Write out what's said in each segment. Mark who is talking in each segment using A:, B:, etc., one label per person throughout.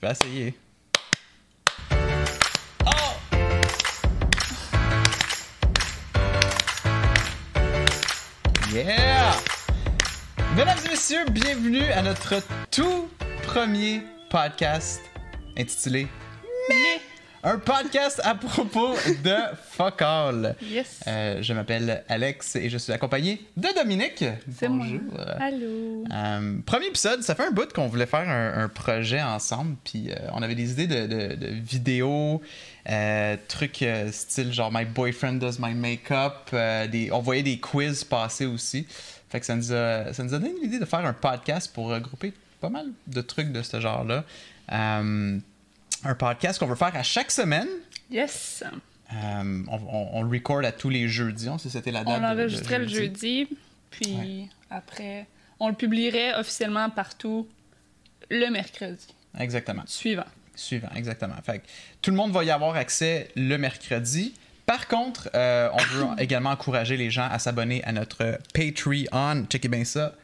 A: peux essayer. Oh! Yeah! Mesdames et messieurs, bienvenue à notre tout premier podcast intitulé Mais! Un podcast à propos de fuck all.
B: Yes.
A: Euh, je m'appelle Alex et je suis accompagné de Dominique.
B: C'est moi.
A: Bonjour.
B: Allô.
A: Euh, premier épisode, ça fait un bout qu'on voulait faire un, un projet ensemble, puis euh, on avait des idées de, de- de vidéos, euh, trucs euh, style genre My Boyfriend Does My Makeup, euh, des, on voyait des quiz passer aussi. Fait que ça nous a, ça nous a donné l'idée de faire un podcast pour regrouper pas mal de trucs de ce genre-là. Euh, un podcast qu'on veut faire à chaque semaine.
B: Yes.
A: Euh, on, on, on le record à tous les jeudis, on sait c'était la date. de-
B: On
A: de
B: l'enregistrait le jeudi, puis
A: Ouais.
B: après, on le publierait officiellement partout le mercredi
A: Exactement.
B: suivant.
A: Suivant, exactement. Fait que tout le monde va y avoir accès le mercredi. Par contre, euh, on veut également encourager les gens à s'abonner à notre Patreon. Checkez bien ça.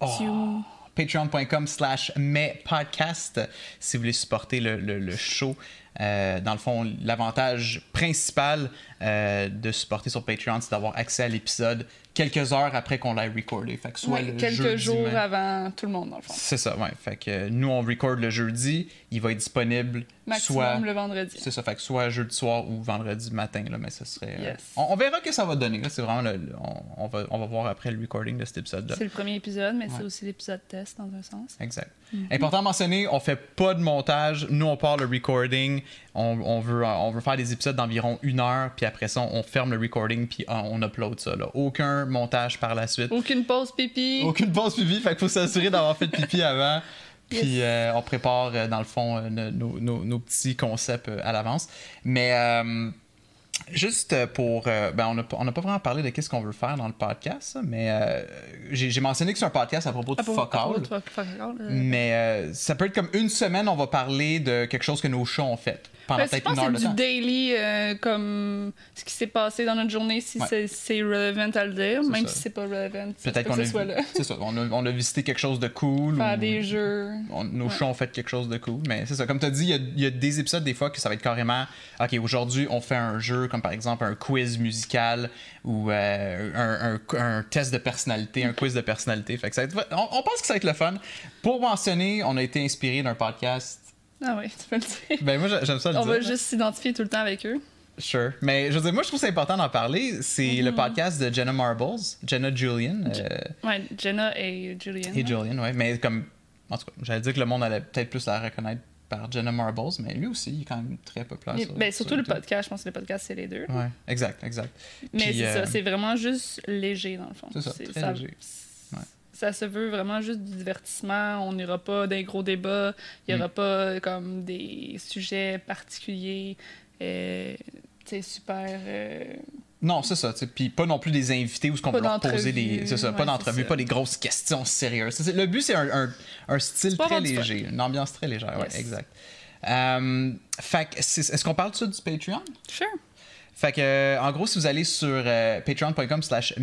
A: Oh,
B: Tiou.
A: Patreon.com slash mes podcasts si vous voulez supporter le, le- le show. Euh, dans le fond, l'avantage principal euh, de supporter sur Patreon, c'est d'avoir accès à l'épisode quelques heures après qu'on l'ait recordé. Fait que soit
B: Ouais,
A: le
B: quelques
A: jeudi
B: jours
A: même.
B: avant tout le monde, dans le fond.
A: C'est ça, ouais. Fait que euh, nous, on record le jeudi. Il va être disponible
B: Maximum
A: soit.
B: le vendredi.
A: C'est ça, fait que soit jeudi soir ou vendredi matin, là, mais ce serait. euh,
B: Yes.
A: on, on verra que ça va donner. Là, c'est vraiment le- le- on, on va, on va voir après le recording de cet épisode-là.
B: C'est le premier épisode, mais
A: Ouais.
B: c'est aussi l'épisode test dans un sens.
A: Exact.
B: Mhm.
A: Important à mentionner, on fait pas de montage. Nous, on part le recording. On, on veut, euh, on veut faire des épisodes d'environ une heure, puis après ça, on ferme le recording, puis euh, on upload ça. là. Aucun montage par la suite.
B: Aucune pause pipi.
A: Aucune pause pipi, fait qu'il faut s'assurer d'avoir fait pipi avant. Puis euh, on prépare, euh, dans le fond, euh, nos, nos- nos- nos petits concepts euh, à l'avance. Mais euh, juste euh, pour... euh, ben, on n'a pas- on n'a pas vraiment parlé de qu'est-ce qu'on veut faire dans le podcast, ça, mais euh, j'ai j'ai mentionné que c'est un podcast à propos de
B: À propos-
A: fuck
B: à propos
A: all.
B: de fuck- fuck all, euh,
A: Mais euh, ça peut être comme une semaine, on va parler de quelque chose que nos chats ont fait pendant
B: Ben, je
A: peut-être
B: pense
A: une heure
B: que
A: de
B: c'est du
A: temps.
B: daily, euh, comme ce qui s'est passé dans notre journée, si
A: Ouais.
B: c'est- c'est relevant à le dire,
A: C'est
B: même
A: ça.
B: si c'est pas relevant. ça se
A: Peut-être
B: peut
A: qu'on
B: que
A: a,
B: ce soit
A: vu-
B: là.
A: c'est ça, on a, on a visité quelque chose de cool.
B: Faire
A: ou-
B: des jeux.
A: On- nos
B: Ouais.
A: chats ont fait quelque chose de cool. Mais c'est ça, comme tu as dit, il y a- il y, a des épisodes des fois que ça va être carrément, OK, aujourd'hui, on fait un jeu comme par exemple un quiz musical ou euh, un, un- un test de personnalité, un quiz de personnalité. Fait que ça va être- on, on pense que ça va être le fun. Pour mentionner, on a été inspiré d'un podcast.
B: Ah oui, tu peux le dire.
A: Ben moi, j'a- j'aime ça le
B: On
A: dire.
B: va juste s'identifier tout le temps avec eux.
A: Sure. Mais je veux dire, moi, je trouve c'est important d'en parler. C'est le podcast de Jenna Marbles, Jenna Julian.
B: Mm-hmm. Je-
A: euh,
B: Ouais, Jenna et Julian. hein?
A: Et Julian, ouais. Mais comme. En tout cas, j'allais dire que le monde allait peut-être plus la reconnaître par Jenna Marbles, mais lui aussi, il est quand même très populaire.
B: Mais-
A: sur-
B: ben,
A: sur
B: surtout le
A: YouTube.
B: podcast, je pense que le podcast, c'est les deux.
A: Ouais, exact, exact.
B: Mais
A: Puis,
B: c'est
A: euh,
B: ça, c'est vraiment juste léger dans le fond.
A: C'est ça, très léger. Ouais.
B: Ça se veut vraiment juste du divertissement. On n'ira pas d'un gros débat. Il n'y
A: Mm.
B: aura pas euh, comme des sujets particuliers. Euh, tu sais, super. euh,
A: Non, c'est ça. tu sais. Puis pas non plus des invités où ce qu'on
B: Pas
A: peut leur poser
B: d'entrevue,
A: des. C'est ça, pas
B: ouais,
A: d'entrevue,
B: c'est ça.
A: pas des grosses questions sérieuses. C'est- c'est- le but, c'est un, un- un style
B: Pas
A: très
B: avoir du fun.
A: léger, une ambiance très légère. Ouais,
B: Yes.
A: exact. Euh, fait que c'est- est-ce qu'on parle de ça du Patreon?
B: Sure.
A: Fait que, euh, en gros, si vous allez sur euh, patreon.com slash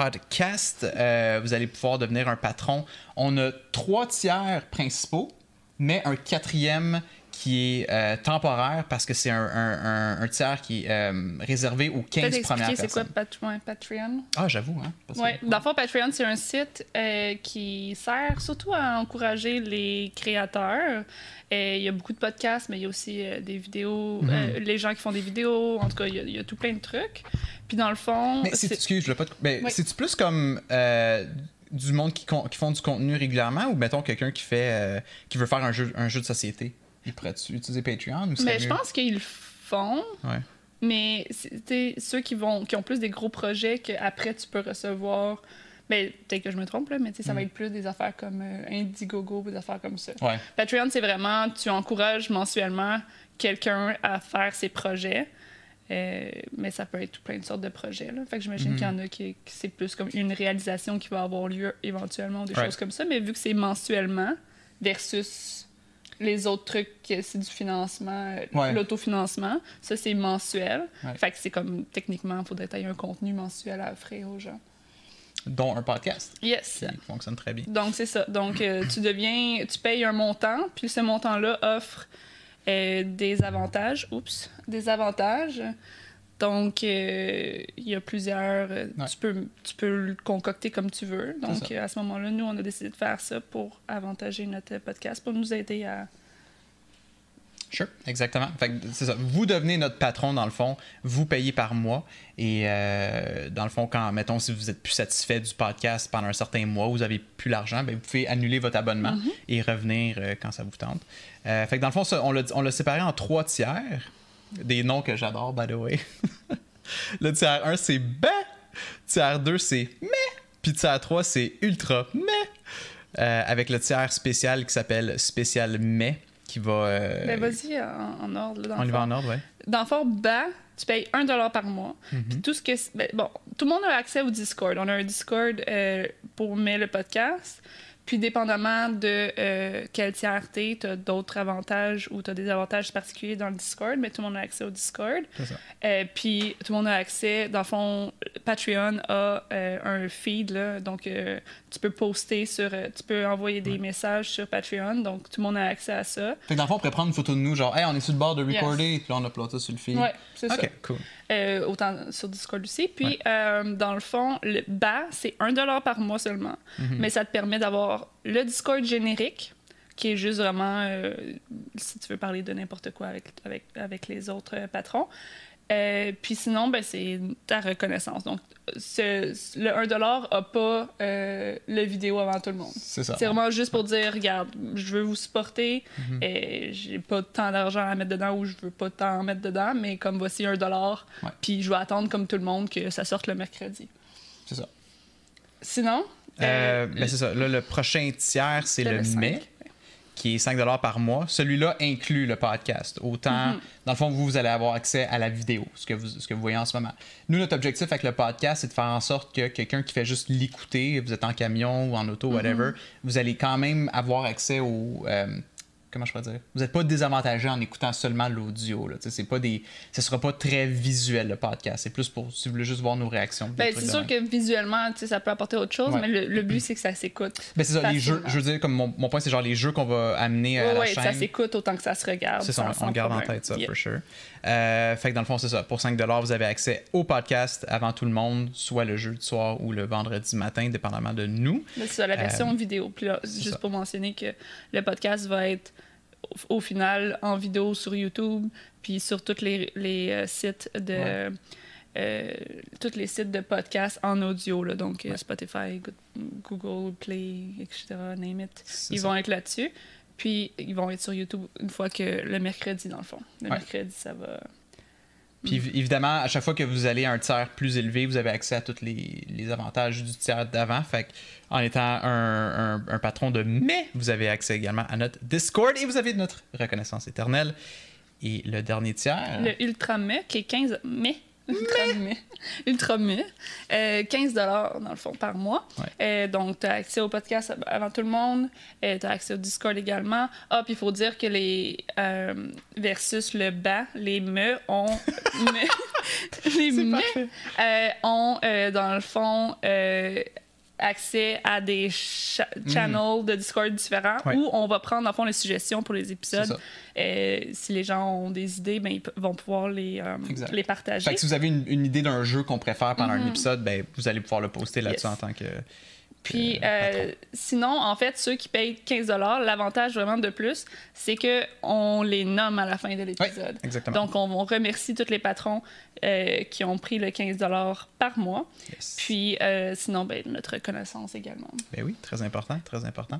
A: mespodcast, euh, vous allez pouvoir devenir un patron. On a trois tiers principaux, mais un quatrième qui est euh, temporaire parce que c'est un, un- un- un tiers qui est euh, réservé aux 15
B: Peut-être
A: premières
B: expliquer c'est quoi
A: personnes.
B: Pat- ouais, Patreon.
A: Ah, j'avoue, hein. parce que-
B: Ouais, dans le fond, Patreon, c'est un site euh, qui sert surtout à encourager les créateurs. Euh, Il y a beaucoup de podcasts, mais il y a aussi euh, des vidéos,
A: Mhm.
B: euh, les gens qui font des vidéos. En tout cas, il y a- il y, a tout plein de trucs. Puis dans le fond,
A: Mais c'est,
B: c'est-
A: excuse, je l'ai pas. de- Mais
B: Oui.
A: c'est-tu plus comme euh, du monde qui, con- qui font du contenu régulièrement ou mettons quelqu'un qui fait euh, qui veut faire un jeu, un jeu de société? Il pourrait-tu utiliser Patreon ou serait
B: mais je
A: mieux-
B: pense qu'ils le font.
A: Ouais.
B: Mais c'est tu sais, ceux qui vont qui ont plus des gros projets qu'après tu peux recevoir. Ben, peut-être que je me trompe, là, mais tu sais, ça va
A: Mhm.
B: être plus des affaires comme euh, Indiegogo, des affaires comme ça.
A: Ouais.
B: Patreon, c'est vraiment, tu encourages mensuellement quelqu'un à faire ses projets. Euh, mais ça peut être tout plein de sortes de projets. Là. Fait que j'imagine
A: Mhm.
B: qu'il y en a qui, qui c'est plus comme une réalisation qui va avoir lieu éventuellement, ou des
A: Right.
B: choses comme ça. Mais vu que c'est mensuellement versus les autres trucs, que c'est du financement, euh,
A: Ouais.
B: l'autofinancement, ça c'est mensuel.
A: Ouais.
B: Fait que c'est comme techniquement, il faudrait tailler un contenu mensuel à offrir aux gens.
A: dont un podcast
B: Yes.
A: qui fonctionne très bien.
B: Donc, c'est ça. Donc, euh, tu deviens, tu payes un montant, puis ce montant-là offre euh, des avantages. Oups, des avantages. Donc, euh, il y a plusieurs. euh,
A: Ouais.
B: Tu, peux, tu peux le concocter comme tu veux. Donc,
A: ça.
B: euh, à ce moment-là, nous, on a décidé de faire ça pour avantager notre euh, podcast, pour nous aider à.
A: Euh, Sure, exactement. Fait que c'est ça. Vous devenez notre patron, dans le fond. Vous payez par mois. Et euh, dans le fond, quand, mettons, si vous êtes plus satisfait du podcast pendant un certain mois, vous avez plus l'argent, ben, vous pouvez annuler votre abonnement et revenir euh, quand ça vous tente. Euh, fait que dans le fond, ça, on l'a- on l'a séparé en trois tiers. Des noms que j'adore, by the way. Le tiers 1, c'est ben. Tiers 2, c'est mais. Puis tiers 3, c'est ultra mais. Euh, avec le tiers spécial qui s'appelle spécial mais, qui va. euh,
B: Ben, vas-y en, en ordre. là, dans
A: on
B: le
A: y va
B: fond.
A: en ordre, ouais.
B: dans le fond, bas, tu payes 1 par mois. Puis tout ce que. ben, bon, tout le monde a accès au Discord. On a un Discord euh, pour mettre le podcast. Puis, dépendamment de euh, quelle quel tiers t'es, t'as d'autres avantages ou t'as des avantages particuliers dans le Discord, mais tout le monde a accès au Discord.
A: C'est ça.
B: Euh, puis tout le monde a accès. Dans le fond, Patreon a euh, un feed, là, donc euh, tu peux poster sur. euh, tu peux envoyer des messages sur Patreon, donc tout le monde a accès à ça.
A: Fait que dans le fond, on pourrait prendre une photo de nous, genre, hey, on est sur le bord de recorder, puis là, on upload ça sur le feed.
B: Ouais, c'est ça.
A: Ok, cool.
B: Euh, autant sur Discord aussi. Puis,
A: Ouais.
B: euh, dans le fond, le bas, c'est 1$ par mois seulement. Mais ça te permet d'avoir le Discord générique, qui est juste vraiment, euh, si tu veux parler de n'importe quoi avec, avec, avec les autres euh, patrons. Euh, puis sinon, ben, c'est ta reconnaissance. Donc, ce- ce- le 1$ n'a pas euh, le vidéo avant tout le monde.
A: C'est ça.
B: C'est vraiment juste pour dire, regarde, je veux vous supporter,
A: Mhm.
B: et j'ai pas tant d'argent à mettre dedans ou je veux pas tant en mettre dedans, mais comme voici un dollar,
A: Ouais.
B: puis je vais attendre comme tout le monde que ça sorte le mercredi.
A: C'est ça.
B: Sinon,
A: Euh, ben, c'est ça. Là, le prochain tiers, c'est
B: c'est
A: le,
B: cinq.
A: mai, qui est 5 par mois. Celui-là inclut le podcast. Autant,
B: Mhm.
A: dans le fond, vous, vous allez avoir accès à la vidéo, ce que, vous, ce que vous voyez en ce moment. Nous, notre objectif avec le podcast, c'est de faire en sorte que quelqu'un qui fait juste l'écouter, vous êtes en camion ou en auto,
B: Mhm.
A: whatever, vous allez quand même avoir accès au. euh, comment je peux dire Vous n'êtes pas désavantagé en écoutant seulement l'audio. là. Tu sais, C'est pas des, ce sera pas très visuel le podcast. C'est plus pour si vous voulez juste voir nos réactions. des
B: ben,
A: trucs
B: c'est
A: de
B: sûr
A: même.
B: que visuellement, tu sais, ça peut apporter autre chose,
A: Ouais.
B: mais le, le but, c'est que ça s'écoute.
A: Ben c'est ça, les jeux,
B: facilement.
A: je veux dire, comme mon, mon point, c'est genre les jeux qu'on va amener à
B: Ouais,
A: la
B: ouais, ça
A: chaîne.
B: s'écoute autant que ça se regarde.
A: C'est ça,
B: Ah, sans-
A: on, on
B: sans
A: garde en
B: problème.
A: tête ça,
B: Yeah.
A: for sure. Euh, fait que dans le fond, c'est ça. Pour 5 vous avez accès au podcast avant tout le monde, soit le jeudi soir ou le vendredi matin, dépendamment de nous.
B: Là, C'est ça, la version vidéo. Puis là, juste
A: Euh, ça.
B: pour mentionner que le podcast va être au- au final en vidéo sur YouTube, puis sur tous les, les, euh, sites de.
A: Ouais.
B: euh, tous les sites de podcasts en audio, là, donc euh, Spotify, Go- Google Play, etc., name it.
A: C'est
B: Ils
A: ça.
B: vont être là-dessus. Puis ils vont être sur YouTube une fois que le mercredi, dans le fond. Le
A: Ouais.
B: mercredi, ça va.
A: Puis évi- évidemment, à chaque fois que vous allez à un tiers plus élevé, vous avez accès à tous les, les avantages du tiers d'avant. Fait que, en étant un, un- un patron de mai, vous avez accès également à notre Discord et vous avez notre reconnaissance éternelle. Et le dernier tiers.
B: Le Ultra Mai, qui est 15 mai. Ultra mai. Ultra mai. Euh, 15 dans le fond par mois. Euh, donc, tu as accès au podcast av- avant tout le monde. tu as accès au Discord également. Ah, puis il faut dire que les. euh, versus le bas, les me ont. me- les me euh, ont, euh, dans le fond. euh, accès à des cha- channels de Discord différents
A: Mm. Ouais.
B: où on va prendre, dans le fond, les suggestions pour les
A: C'est
B: épisodes.
A: ça.
B: Euh, si les gens ont des idées, ben, ils p- vont pouvoir les, euh,
A: Exact.
B: les partager.
A: Fait que si vous avez une, une idée d'un jeu qu'on préfère pendant un épisode, ben, vous allez pouvoir le poster là-dessus
B: Mhm. Yes.
A: en tant que.
B: Puis,
A: euh, patron.
B: euh, sinon, en fait, ceux qui payent 15 l'avantage vraiment de plus, c'est que on les nomme à la fin de
A: Oui,
B: l'épisode.
A: exactement.
B: Donc, on, on remercie tous les patrons euh, qui ont pris le 15 par mois.
A: Yes.
B: Puis, euh, sinon, ben, notre reconnaissance également.
A: Ben oui, très important, très important.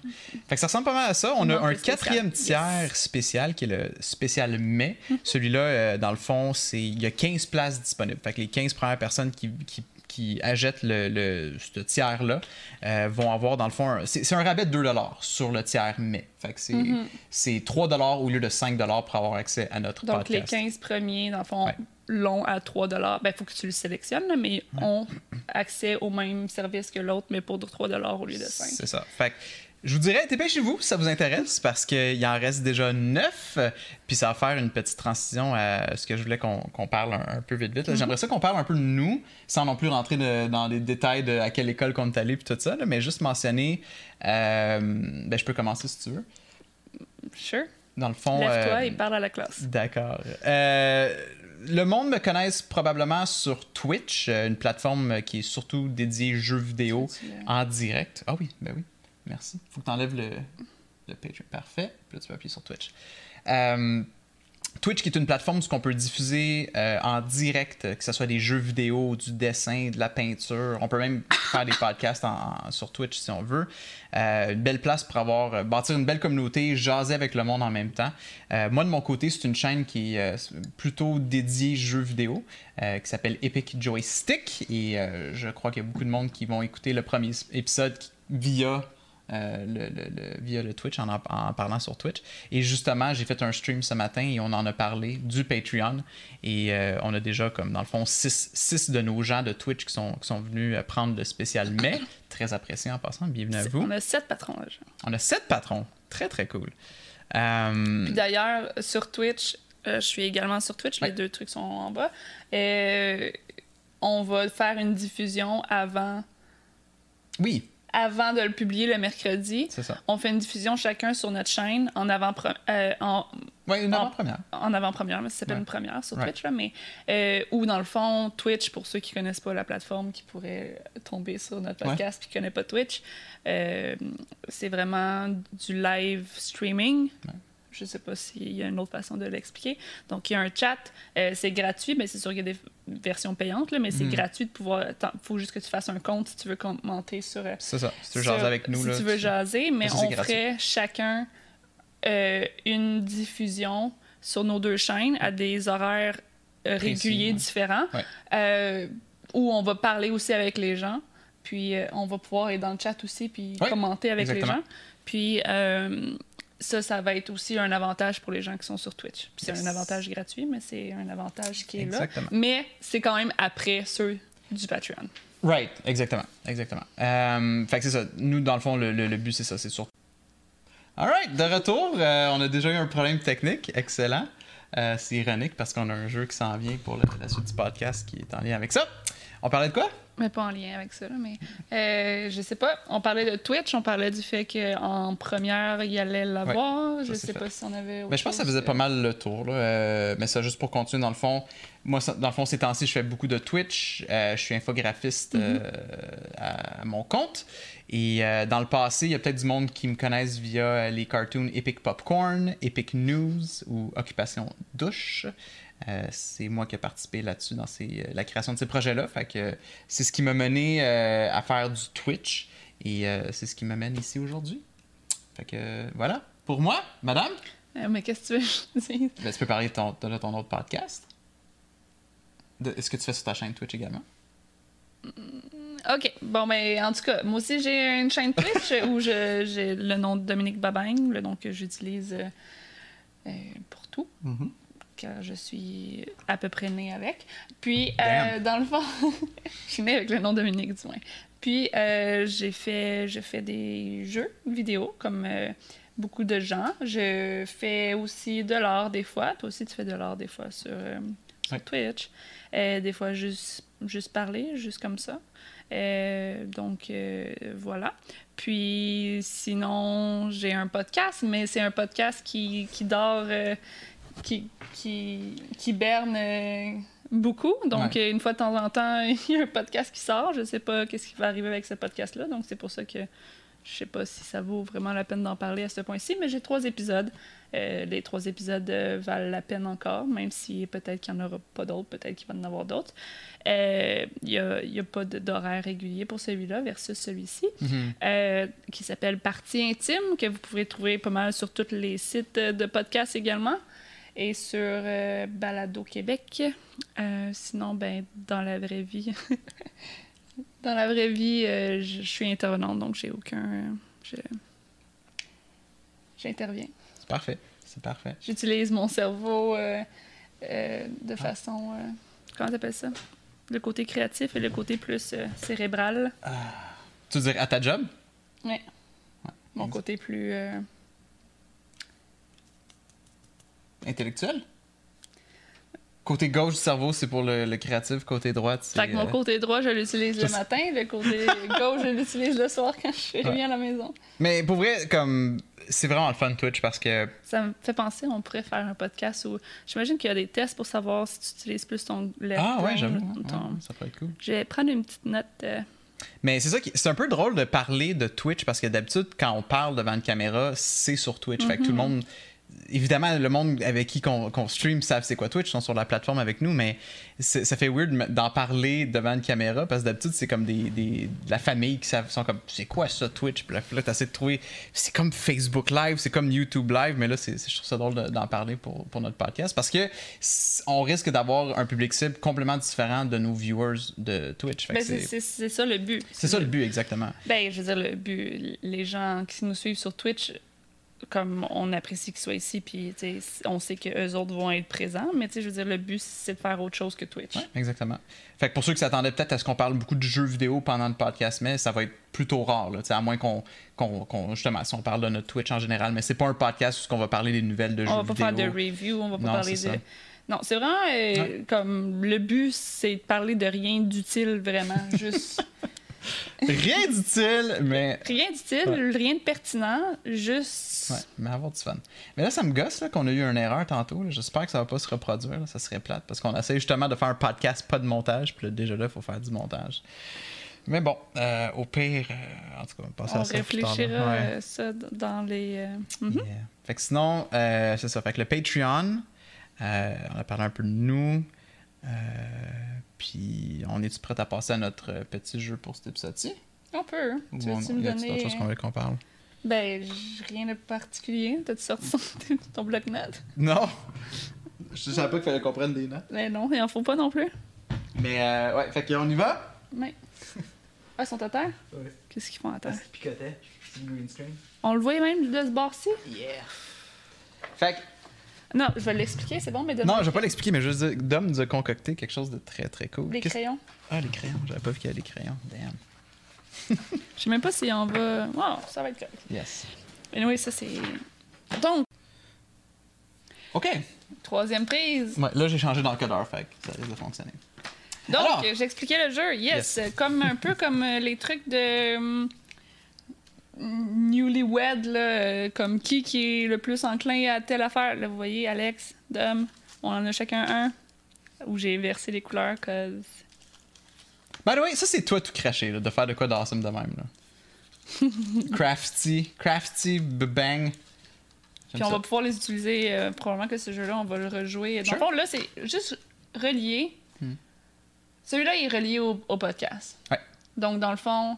A: Fait que ça ressemble pas mal à ça. On a
B: Non,
A: un
B: c'est spécial.
A: quatrième tiers
B: Yes. Mm-hmm.
A: spécial qui est le spécial mai. Celui-là, euh, dans le fond, c'est il y a 15 places disponibles. Fait que les 15 premières personnes qui, qui, qui achètent le, le- ce tiers-là euh, vont avoir, dans le fond, un- c'est c'est un rabais de 2 sur le tiers mai. Fait que c'est
B: Mm-hmm.
A: c'est 3 au lieu de 5 pour avoir accès à notre
B: Donc,
A: podcast.
B: les 15 premiers, dans le fond,
A: Ouais.
B: l'ont à 3 Ben, il faut que tu le sélectionnes, là, mais ont accès au même service que l'autre, mais pour 3 au lieu de 5.
A: C'est ça. Fait que je vous dirais, dépêchez-vous si ça vous intéresse, parce qu'il en reste déjà neuf. Puis ça va faire une petite transition à ce que je voulais qu'on qu'on parle un, un peu vite
B: Mm-hmm.
A: vite. là. J'aimerais ça qu'on parle un peu de nous, sans non plus rentrer de- dans les détails de à quelle école qu'on est allé puis tout ça, là, mais juste mentionner. euh, ben, je peux commencer si tu veux.
B: Sure.
A: Dans le fond.
B: Lève-toi
A: euh,
B: et parle à la classe.
A: D'accord. Euh, le monde me connaisse probablement sur Twitch, euh, une plateforme qui est surtout dédiée jeux vidéo
B: Tu l'as-
A: en direct. Ah oui, ben oui. Merci. Faut que t'enlèves le, le Patreon. Parfait. Puis là, tu peux appuyer sur Twitch. Euh, Twitch qui est une plateforme où on peut diffuser euh, en direct, que ce soit des jeux vidéo, du dessin, de la peinture. On peut même faire des podcasts en- en- sur Twitch si on veut. Euh, une belle place pour avoir euh, bâtir une belle communauté, jaser avec le monde en même temps. Euh, moi de mon côté, c'est une chaîne qui est euh, plutôt dédiée jeux vidéo, euh, qui s'appelle Epic Joystick. Et euh, je crois qu'il y a beaucoup de monde qui vont écouter le premier s- épisode qui- via euh, le, le- le- via le Twitch, en, en- en parlant sur Twitch. Et justement, j'ai fait un stream ce matin et on en a parlé du Patreon. Et euh, on a déjà, comme dans le fond, six, six de nos gens de Twitch qui sont, qui sont venus euh, prendre le spécial mai. Très apprécié en passant, bienvenue à
B: C'est-
A: vous.
B: On a sept patrons. là, genre.
A: On a sept patrons, très très cool. Euh,
B: Puis d'ailleurs, sur Twitch, euh, je suis également sur Twitch,
A: Ouais.
B: les deux trucs sont en bas. Euh, on va faire une diffusion avant,
A: oui,
B: avant de le publier le mercredi.
A: c'est ça.
B: On fait une diffusion chacun sur notre chaîne en avant en,
A: Oui, une
B: Ah.
A: avant-première.
B: en avant-première, mais ça s'appelle
A: Ouais.
B: une première sur
A: Ouais.
B: Twitch, là, mais euh, ou dans le fond, Twitch, pour ceux qui connaissent pas la plateforme, qui pourraient tomber sur notre
A: Ouais.
B: podcast puis qui connaissent pas Twitch, euh, c'est vraiment du live streaming.
A: Ouais.
B: Je sais pas s'il y a une autre façon de l'expliquer. Donc, il y a un chat, euh, c'est gratuit, mais c'est sûr qu'il y a des versions payantes, là, mais c'est
A: Mm.
B: gratuit de pouvoir. Il faut juste que tu fasses un compte si tu veux commenter sur. euh,
A: C'est ça. Si tu veux
B: sur-
A: jaser avec nous,
B: si
A: là,
B: tu veux jaser, mais
A: Ça, c'est
B: on
A: gratuit.
B: ferait chacun euh, une diffusion sur nos deux chaînes à des horaires euh,
A: Précis,
B: réguliers
A: ouais.
B: différents,
A: Ouais.
B: euh, où on va parler aussi avec les gens, puis euh, on va pouvoir être dans le chat aussi, puis
A: Ouais,
B: commenter avec
A: exactement.
B: les gens. Puis euh, ça, ça va être aussi un avantage pour les gens qui sont sur Twitch. Puis C'est
A: Yes.
B: un avantage gratuit, mais c'est un avantage qui est
A: Exactement.
B: là. Mais c'est quand même après ceux du Patreon.
A: Right, exactement, exactement. Euh, fait que c'est ça. Nous, dans le fond, le, le- le but, c'est ça, c'est sûr. Alright, de retour, euh, on a déjà eu un problème technique, excellent. Euh, c'est ironique parce qu'on a un jeu qui s'en vient pour la, la suite du podcast qui est en lien avec ça. On parlait de quoi?
B: Mais pas en lien avec ça, là, mais euh, je sais pas. On parlait de Twitch, on parlait du fait qu'en première, il allait l'avoir. je
A: ça, c'est
B: sais
A: fait.
B: pas si on avait. autre
A: Mais je pense que ça
B: chose.
A: faisait pas mal le tour. Là. Euh, mais ça, juste pour continuer, dans le fond, moi, ça- dans le fond, ces temps-ci, je fais beaucoup de Twitch. Euh, je suis infographiste euh, à, à mon compte. Et euh, dans le passé, il y a peut-être du monde qui me connaissent via euh, les cartoons Epic Popcorn, Epic News ou Occupation Douche. Euh, c'est moi qui ai participé là-dessus dans ces- euh, la création de ces projets-là. Fait que euh, c'est ce qui m'a mené euh, à faire du Twitch et euh, c'est ce qui m'amène ici aujourd'hui. Fait que euh, voilà. Pour moi, madame.
B: Euh, mais qu'est-ce que tu veux que je dise?
A: Ben, tu peux parler de ton, de ton autre podcast. De- Est-ce que tu fais sur ta chaîne Twitch également?
B: Hmm, Ok, bon, mais en tout cas, moi aussi, j'ai une chaîne Twitch où je- j'ai le nom de Dominique Babang, le nom que j'utilise euh, euh, pour tout.
A: Mhm.
B: car je suis à peu près née avec. Puis, euh,
A: Damn.
B: dans le fond, je suis née avec le nom Dominique, du moins. Puis, euh, j'ai fait, je fais des jeux vidéo, comme euh, beaucoup de gens. Je fais aussi de l'art des fois. Toi aussi, tu fais de l'art des fois sur, euh, sur
A: Ouais.
B: Twitch. Euh, des fois, juste, juste parler, juste comme ça. Euh, donc, euh, voilà. Puis, sinon, j'ai un podcast, mais c'est un podcast qui, qui dort... euh, qui, qui, qui berne euh, beaucoup. Donc, euh, une fois de temps en temps, il y a un podcast qui sort. Je sais pas qu'est-ce qui va arriver avec ce podcast-là. Donc, c'est pour ça que je sais pas si ça vaut vraiment la peine d'en parler à ce point-ci. Mais j'ai trois épisodes. Euh, les trois épisodes euh, valent la peine encore, même si peut-être qu'il n'y en aura pas d'autres, peut-être qu'il va en avoir d'autres. Euh, Il n'y a, il y a pas de- d'horaire régulier pour celui-là versus celui-ci
A: Mm-hmm.
B: euh, qui s'appelle Partie intime, que vous pouvez trouver pas mal sur tous les sites euh, de podcasts également et sur euh, Balado Québec. Euh, sinon, ben, dans la vraie vie, dans la vraie vie, euh, je je suis intervenante, donc j'ai aucun... euh, je- J'interviens.
A: C'est parfait. C'est parfait.
B: J'utilise mon cerveau euh, euh, de façon... euh, comment t'appelles ça? Le côté créatif et le côté plus euh, cérébral.
A: Tu veux dire à ta job?
B: Ouais.
A: Mmh.
B: Mon côté plus. euh,
A: Intellectuel? Côté gauche du cerveau, c'est pour le, le créatif. Côté droite, c'est...
B: Fait que mon
A: euh,
B: côté droit, je l'utilise le
A: je sais-
B: matin, le côté gauche, je l'utilise le soir quand je suis
A: Ouais.
B: bien à la maison.
A: Mais pour vrai, comme... C'est vraiment le fun Twitch parce que...
B: Ça me fait penser, on pourrait faire un podcast où j'imagine qu'il y a des tests pour savoir si tu utilises plus ton left
A: Ah ouais,
B: brain
A: j'avoue.
B: ou ton-
A: ouais, ça pourrait être cool.
B: Je vais prendre une petite note. euh,
A: Mais c'est ça qui. C'est un peu drôle de parler de Twitch parce que d'habitude, quand on parle devant une caméra, c'est sur Twitch. Fait que
B: Mhm.
A: tout le monde. Évidemment, le monde avec qui qu'on qu'on stream savent c'est quoi Twitch, ils sont sur la plateforme avec nous, mais c'est- ça fait weird m- d'en parler devant une caméra parce que d'habitude, c'est comme des, des- de la famille qui savent, sont comme c'est quoi ça Twitch? Puis là, puis là, t'essaies de trouver. C'est comme Facebook Live, c'est comme YouTube Live, mais là, c'est- c'est- je trouve ça drôle de- d'en parler pour, pour notre podcast parce que s- on risque d'avoir un public cible complètement différent de nos viewers de Twitch. Fait que
B: ben, c'est-
A: c'est-
B: c'est c'est ça le but.
A: c'est ça le but exactement.
B: Ben, je veux dire, le but, les gens qui nous suivent sur Twitch, comme on apprécie qu'ils soient ici, puis tu sais, on sait qu'eux autres vont être présents, mais tu sais, je veux dire, le but, c'est de faire autre chose que Twitch.
A: Ouais, exactement. Fait que pour ceux qui s'attendaient peut-être à ce qu'on parle beaucoup de jeux vidéo pendant le podcast, mais ça va être plutôt rare, là, tu sais, à moins qu'on, qu'on, qu'on- justement, si on parle de notre Twitch en général, mais c'est pas un podcast où on va parler des nouvelles de
B: On
A: jeux
B: va pas
A: vidéo.
B: faire de review, on va pas
A: Non,
B: parler de.
A: c'est ça.
B: Non, c'est vraiment euh,
A: Ouais.
B: comme le but, c'est de parler de rien d'utile vraiment, juste
A: Rien d'utile, mais,
B: rien d'utile,
A: Ouais.
B: rien de pertinent, juste.
A: ouais, mais avoir du fun. Mais là, ça me gosse là, qu'on a eu une erreur tantôt. là. J'espère que ça va pas se reproduire. là. Ça serait plate parce qu'on essaie justement de faire un podcast pas de montage, puis là, déjà là, il faut faire du montage. Mais bon, euh, au pire, euh, en tout cas, on va passer
B: On
A: à ça plus tard, là.
B: réfléchira
A: Ouais.
B: euh, ça d- dans les. euh, mhm.
A: Yeah. Fait que sinon, euh, c'est ça. Fait que le Patreon, euh, on a parlé un peu de nous. Euh, puis, on est-tu prêt à passer à notre euh, petit jeu pour cet épisode-ci?
B: On peut. hein.
A: Ou
B: Tu
A: on,
B: veux-tu me
A: y a-tu d'autres
B: donner. euh,
A: choses qu'on veut qu'on parle?
B: Ben, j- rien de particulier. T'as-tu sorti ton, ton bloc-notes?
A: Non! Je savais pas qu'il fallait qu'on prenne des notes.
B: Ben non, il en faut pas non plus.
A: Mais euh, ouais, fait qu'on y va?
B: Mais. Ah, ils sont à terre?
A: Ouais.
B: Qu'est-ce qu'ils font à terre?
A: picotait. Je green screen.
B: On le voyait même de ce bord-ci?
A: Yeah! Fait que
B: Non, je vais l'expliquer, c'est bon, mais donne
A: Non, je vais pas l'expliquer, mais juste dire, Dom nous a concocté quelque chose de très très cool.
B: les
A: Qu'est-ce-
B: crayons.
A: Ah, les crayons. J'avais pas vu qu'il y avait des crayons. Damn.
B: Je sais même pas si on va. Wow, ça va être cool.
A: Yes.
B: Mais oui, ça c'est. Donc,
A: OK.
B: troisième prise.
A: Ouais, là, j'ai changé d'encodeur, fait que ça risque de fonctionner.
B: Donc, euh,
A: Alors.
B: j'expliquais le jeu. Yes, comme un peu comme euh, les trucs de. hum, Newlywed, là, euh, comme qui qui est le plus enclin à telle affaire. Là, vous voyez, Alex, Dom, on en a chacun un. Où j'ai versé les couleurs, cause.
A: By the way, ça, c'est toi tout craché, là, de faire de quoi d'awesome de même. Là. crafty, crafty, bang.
B: Puis on va pouvoir les utiliser. euh, probablement que ce jeu-là, on va le rejouer. Dans
A: Sure.
B: le fond, là, c'est juste relié.
A: Hmm.
B: Celui-là il est relié au, au podcast.
A: Ouais.
B: Donc, dans le fond,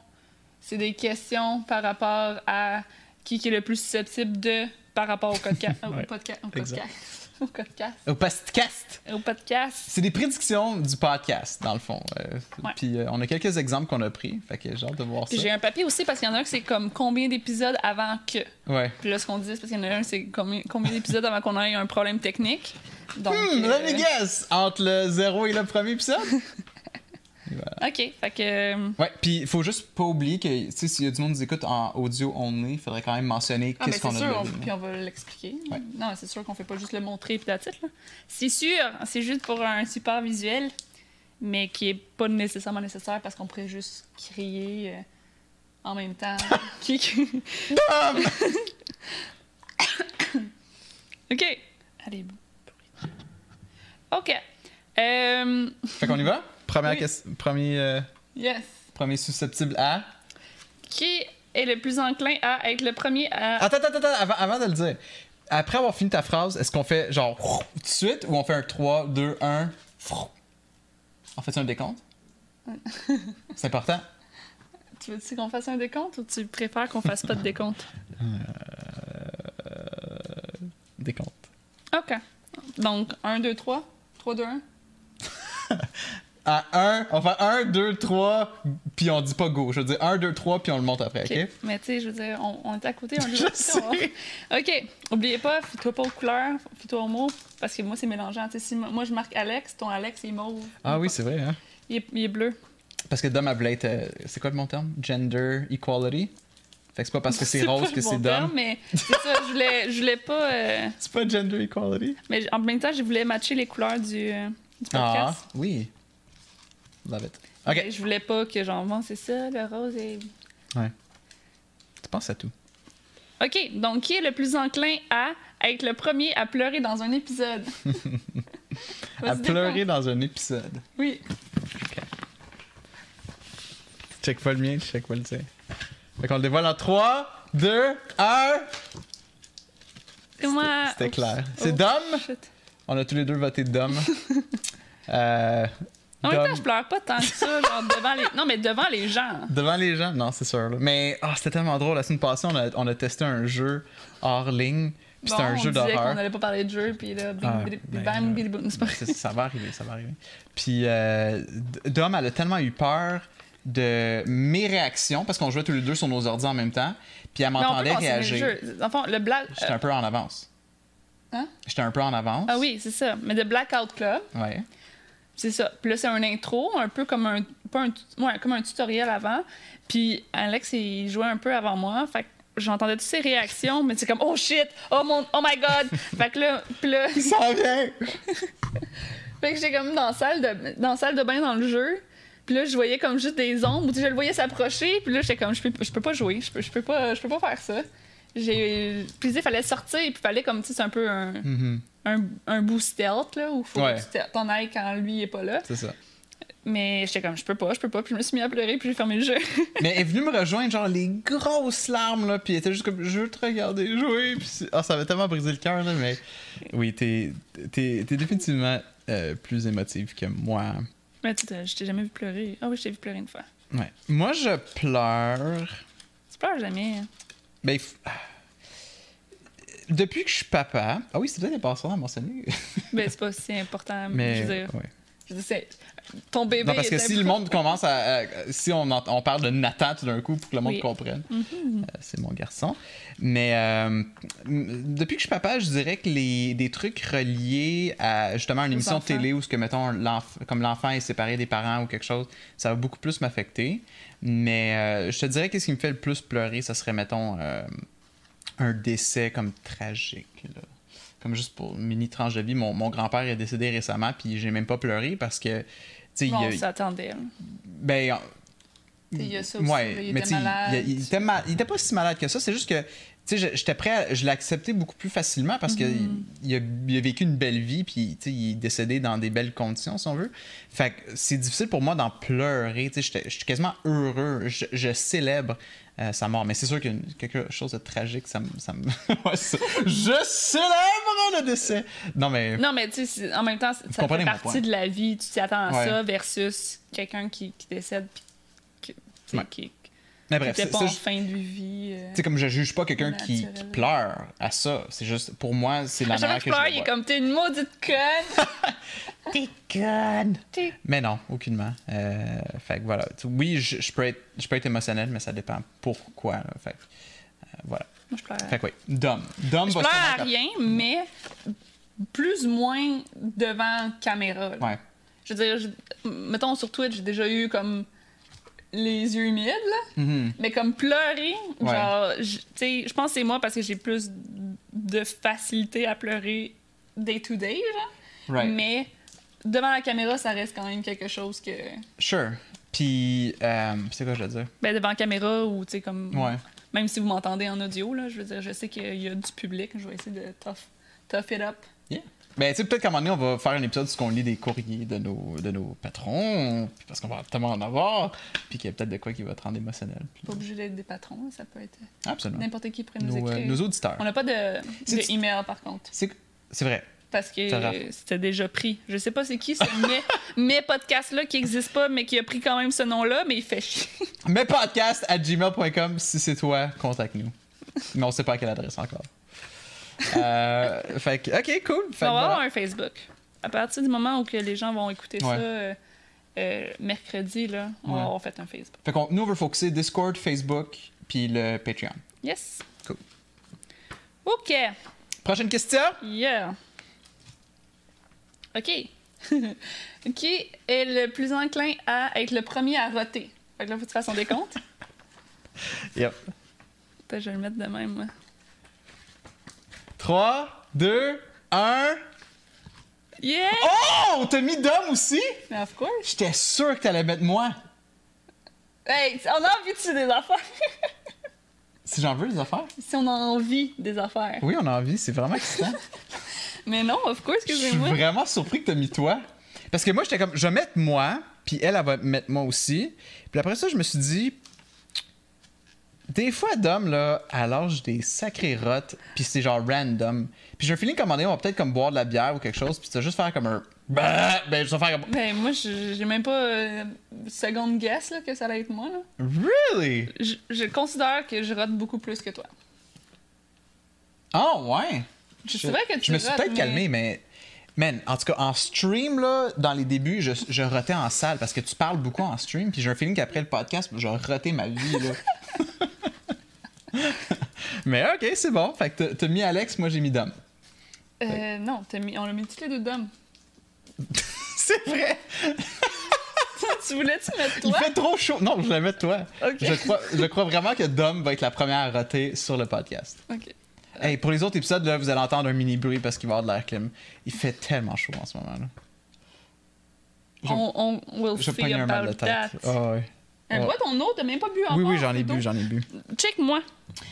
B: c'est des questions par rapport à qui qui est le plus susceptible de par rapport au podcast. au
A: Ouais.
B: podcast. Au
A: Exact.
B: podcast. au podcast.
A: Au podcast!
B: Au podcast.
A: C'est des prédictions du podcast, dans le fond. euh,
B: Ouais.
A: Puis euh, on a quelques exemples qu'on a pris, fait que j'ai hâte de voir
B: Puis j'ai
A: ça.
B: un papier aussi parce qu'il y en a un que c'est comme combien d'épisodes avant que.
A: Ouais.
B: Puis là, ce qu'on dit, c'est parce qu'il y en a un, c'est combien, combien d'épisodes avant qu'on ait un problème technique. Donc,
A: Hmm,
B: euh,
A: let me guess! Entre le 0 et le premier épisode?
B: OK. Fait que. euh,
A: Ouais, puis il faut juste pas oublier que, tu sais, s'il y a du monde qui nous écoute en audio only, il faudrait quand même mentionner
B: Ah, mais
A: qu'est-ce
B: c'est
A: qu'on a
B: sûr, on-
A: donné.
B: puis on va l'expliquer.
A: Ouais.
B: Non, c'est sûr qu'on fait pas juste le montrer puis la titre. C'est sûr, c'est juste pour un support visuel, mais qui est pas nécessairement nécessaire parce qu'on pourrait juste crier euh, en même temps. Qui- qui-
A: Dom!
B: ok. Allez, bon. Ok. Euh,
A: fait qu'on y va? Première
B: Oui.
A: question- Premier, euh,
B: yes.
A: premier susceptible à.
B: Qui est le plus enclin à être le premier à.
A: Attends, attends, attends, avant, avant de le dire. Après avoir fini ta phrase, est-ce qu'on fait genre tout de suite ou on fait un 3, 2, 1, on fait un décompte? C'est important.
B: Tu veux-tu qu'on fasse un décompte ou tu préfères qu'on fasse pas de décompte?
A: Décompte.
B: Ok. Donc, 1, 2, 3. 3, 2, 1.
A: À 1, on fait 1, 2, 3, puis on dit pas go. Je veux dire 1, 2, 3, puis on le monte après, ok?
B: Ok. Mais tu sais, je veux dire, on, on est à côté, on est
A: Je sais.
B: OK. Oubliez pas, fais-toi pas aux couleurs, fais-toi aux mots, parce que moi, c'est mélangeant. Tu sais, si mo- moi, je marque Alex, ton Alex, il est mauve.
A: Ah oui, c'est vrai, hein?
B: Il est, il est bleu.
A: Parce que Dom, elle voulait être. euh, c'est quoi le bon terme? Gender equality? Fait que c'est pas parce que c'est rose
B: pas
A: que
B: le
A: c'est
B: bon terme,
A: dumb.
B: mais c'est ça, je voulais, je voulais pas. euh,
A: C'est pas gender equality.
B: mais en même temps, je voulais matcher les couleurs du, euh, du
A: Ah,
B: podcast.
A: oui. Love it. Ok.
B: Et Je voulais pas que genre, bon, c'est ça, le rose et.
A: Tu penses à tout.
B: OK, donc qui est le plus enclin à être le premier à pleurer dans un épisode?
A: À
B: Vas-y,
A: pleurer
B: décompte.
A: dans un épisode.
B: Oui.
A: Check pas le mien, check pas le tien. Fait qu'on le dévoile en 3, 2, 1.
B: C'est moi.
A: C'était
B: Oups.
A: clair. C'est
B: Oh,
A: dumb.
B: shit.
A: On a tous les deux voté dumb. euh,
B: En même temps,
A: dumb.
B: je pleure pas tant que ça, genre devant les... Non, mais devant les gens.
A: Devant les gens, non, c'est sûr. là. Mais ah, c'était tellement drôle. La semaine passée, on a, on a testé un jeu hors ligne. Puis c'était
B: Bon,
A: un jeu
B: On disait qu'on
A: d'horreur.
B: n'allait pas parler de jeu, puis là, bing,
A: Ah,
B: bidi-
A: ben,
B: bam,
A: euh,
B: bidi- boum, c'est pas
A: C'est- Ça va arriver, ça va arriver. Puis euh, D- Dom, elle a tellement eu peur de mes réactions, parce qu'on jouait tous les deux sur nos ordi en même temps, puis elle
B: Mais on peut
A: m'entendait
B: continuer le
A: réagir.
B: jeu. Enfin, le black...
A: J'étais un peu en avance.
B: Hein?
A: J'étais un peu en avance.
B: Ah oui, c'est ça. Mais de Blackout Club,
A: Ouais.
B: c'est ça. Puis là, c'est un intro, un peu comme un, pas un, tu- ouais, comme un tutoriel avant. Puis Alex, il jouait un peu avant moi. Fait que j'entendais toutes ses réactions, mais c'est comme oh shit, oh mon, oh my god. fait que là, puis là,
A: Ça vient!
B: fait que j'étais comme dans la salle de, dans la salle de bain dans le jeu. Puis là, je voyais comme juste des ombres. Je le voyais s'approcher. Puis là, j'étais comme, je peux, je peux pas jouer. Je peux, je peux pas, je peux pas faire ça. J'ai, puis il fallait sortir. Puis il fallait comme, tu sais, c'est un peu un,
A: Mhm,
B: un, un bout stealth, là, où faut
A: Ouais.
B: que tu te- t'en ailles quand lui il est pas là.
A: C'est ça.
B: Mais j'étais comme, je peux pas, je peux pas. Puis je me suis mis à pleurer, puis j'ai fermé le jeu.
A: Mais elle est venue me rejoindre, genre, les grosses larmes, là, puis elle était juste comme, je veux te regarder jouer, puis c'est- ah, ça avait tellement brisé le cœur, là, mais... Oui, t'es t'es- t'es définitivement euh, plus émotive que moi.
B: Mais tu t'as- je t'ai jamais vu pleurer. Ah oui, je t'ai vu pleurer une fois.
A: Ouais. Moi, je pleure...
B: Tu pleures jamais. hein.
A: Ben, il faut- ah. Depuis que je suis papa... Ah oui, c'est peut-être important à mentionner.
B: Ben, c'est pas si important.
A: Mais...
B: Je veux dire, Eh ben,
A: ouais.
B: je veux dire, c'est- ton bébé.
A: Non, parce que
B: était
A: si le
B: pro-
A: monde commence à... à- si on, en- on parle de Nathan tout d'un coup pour que le monde
B: Oui.
A: comprenne,
B: Mhm.
A: Euh, c'est mon garçon. Mais euh, m- depuis que je suis papa, je dirais que les, des trucs reliés à justement une
B: Aux
A: émission
B: enfants.
A: de télé où ce que mettons l'enf- comme l'enfant est séparé des parents ou quelque chose, ça va beaucoup plus m'affecter. Mais euh, je te dirais qu'est-ce qui me fait le plus pleurer, ça serait mettons euh, un décès comme tragique. là. Comme juste pour une mini tranche de vie, mon, mon grand-père est décédé récemment, puis j'ai même pas pleuré parce que, tu sais, il y
B: Bon,
A: a-
B: on s'attendait. là.
A: ben,
B: Il y a ça aussi, là, il était
A: tu sais,
B: malade.
A: il- il était ma- il était pas si malade que ça. C'est juste que, tu sais, je- j'étais prêt à- Je l'acceptais beaucoup plus facilement parce
B: Mhm.
A: qu'il a, il a vécu une belle vie, puis, tu sais, il est décédé dans des belles conditions, si on veut. Fait que c'est difficile pour moi d'en pleurer. Tu sais, j'étais- je suis quasiment heureux. Je, je célèbre. euh, sa mort, mais c'est sûr que quelque chose de tragique, ça me. ça me- Ouais, ça- je célèbre le décès! Non, mais.
B: Non, mais tu sais, c'est- en même temps, c'est- ça
A: comprenez
B: fait
A: mon
B: partie
A: point.
B: de la vie. Tu t'attends à
A: Ouais.
B: ça versus quelqu'un qui, qui décède puis que- tu sais,
A: Ouais.
B: qui, qui
A: mais bref,
B: était
A: c'est-
B: pas
A: c'est
B: en
A: ju-
B: fin de vie. euh.
A: tu sais, comme je juge pas quelqu'un qui,
B: Naturel.
A: qui pleure à ça. C'est juste, pour moi, c'est la
B: À chaque fois
A: manière
B: que je
A: que je.
B: pleure,
A: le
B: il est
A: vois.
B: comme t'es une maudite conne.
A: T'es conne!
B: T'es-
A: Mais non, aucunement. Euh, fait que voilà. Tu- Oui, je, je peux être, je peux être émotionnel, mais ça dépend pourquoi. là. Fait que, euh, voilà.
B: Moi, je pleure.
A: Fait que oui. Dom. Dom bah,
B: Je
A: va
B: pleure à
A: sûrement-
B: rien, mais plus ou moins devant caméra. là.
A: Ouais.
B: Je veux dire, je- mettons sur Twitch, j'ai déjà eu comme les yeux humides, là,
A: Mhm.
B: mais comme pleurer,
A: Ouais.
B: genre, je- tu sais, je pense que c'est moi parce que j'ai plus de facilité à pleurer day to day, genre.
A: Right.
B: mais devant la caméra, ça reste quand même quelque chose que.
A: Sure. Puis, euh, c'est quoi que je veux dire?
B: Ben, devant la caméra ou, tu sais, comme.
A: Ouais.
B: Même si vous m'entendez en audio, là, je veux dire, je sais qu'il y a du public, je vais essayer de tough, tough it up.
A: Ben, tu sais, peut-être qu'à un moment donné, on va faire un épisode où on lit des courriers de nos, de nos patrons, puis parce qu'on va tellement en avoir, puis qu'il y a peut-être de quoi qui va te rendre émotionnel. Puis-
B: Pas obligé d'être des patrons, là, ça peut être
A: Absolument.
B: n'importe qui pourrait nous,
A: Nos, euh,
B: écrire.
A: nos auditeurs.
B: On n'a pas de,
A: C'est-
B: de email par contre,
A: C'est c'est vrai.
B: parce que
A: T'as
B: euh, c'était déjà pris. Je sais pas c'est qui, c'est mes, mes podcasts là qui n'existent pas, mais qui a pris quand même ce nom-là, mais il fait chier.
A: Mais podcast à gmail.com, si c'est toi, contacte-nous. Mais on sait pas à quelle adresse encore. Euh, fait que, ok, cool. Fait
B: On
A: que
B: va avoir
A: voilà.
B: un Facebook. À partir du moment où que les gens vont écouter
A: Ouais.
B: ça euh, euh, mercredi, là, on
A: Ouais.
B: va avoir fait un Facebook.
A: Fait qu'on- nous, on veut focuser Discord, Facebook, puis le Patreon.
B: Yes.
A: Cool.
B: OK.
A: Prochaine question.
B: Yeah. OK. qui est le plus enclin à être le premier à voter? Fait que là, faut que tu fasses son décompte.
A: Yep.
B: Peut-être que je vais le mettre de même, moi.
A: 3, 2, 1.
B: Yeah!
A: Oh! T'as mis Dom aussi?
B: Mais of course!
A: J'étais sûr que t'allais mettre moi.
B: Hey, on a envie de tuer des affaires!
A: Si j'en veux, les affaires.
B: si on a envie des affaires.
A: Oui, on a envie. C'est vraiment excitant.
B: Mais non, of course que
A: Je
B: c'est
A: suis
B: moi.
A: vraiment surpris que t'as mis toi. Parce que moi, j'étais comme, je vais mettre moi, puis elle, elle va mettre moi aussi. Puis après ça, je me suis dit, des fois, Dom, là, à l'âge des sacrés rottes, puis c'est genre random. Puis j'ai un feeling comme on est, on va peut-être comme boire de la bière ou quelque chose, puis tu vas juste faire comme un. Ben, je vais faire comme.
B: Ben moi, je- j'ai même pas euh, seconde guess là, que ça allait être moi. Là.
A: Really?
B: Je, je considère que je rate beaucoup plus que toi.
A: Ah, ouais.
B: Je sais pas que tu
A: je me suis
B: rotes,
A: peut-être
B: mais-
A: calmé, mais. Man, en tout cas, en stream, là, dans les débuts, je, je rotais en salle parce que tu parles beaucoup en stream, puis j'ai un feeling qu'après le podcast, je vais roter ma vie, là. mais ok, c'est bon. Fait que t'as- t'as mis Alex, moi j'ai mis Dom.
B: Euh, non, t'as mis, on l'a mis toutes les deux d'hommes.
A: C'est vrai!
B: tu voulais-tu mettre
A: Il
B: toi?
A: fait trop chaud! Non, je vais mettre toi.
B: Ok.
A: Je, crois, je crois vraiment que Dom va être la première à roter sur le podcast.
B: Ok.
A: Hey, pour les autres épisodes, là, vous allez entendre un mini bruit parce qu'il va y avoir de l'air clim. Il fait tellement chaud en ce moment, là. Je-
B: On, on will
A: Je
B: see
A: pogne un mal de
B: about that.
A: tête. Ah ouais.
B: Euh,
A: Ouais.
B: Toi, ton eau, t'as même pas bu encore.
A: Oui, oui, j'en ai
B: ton
A: bu,
B: eau.
A: j'en ai bu.
B: Check moi.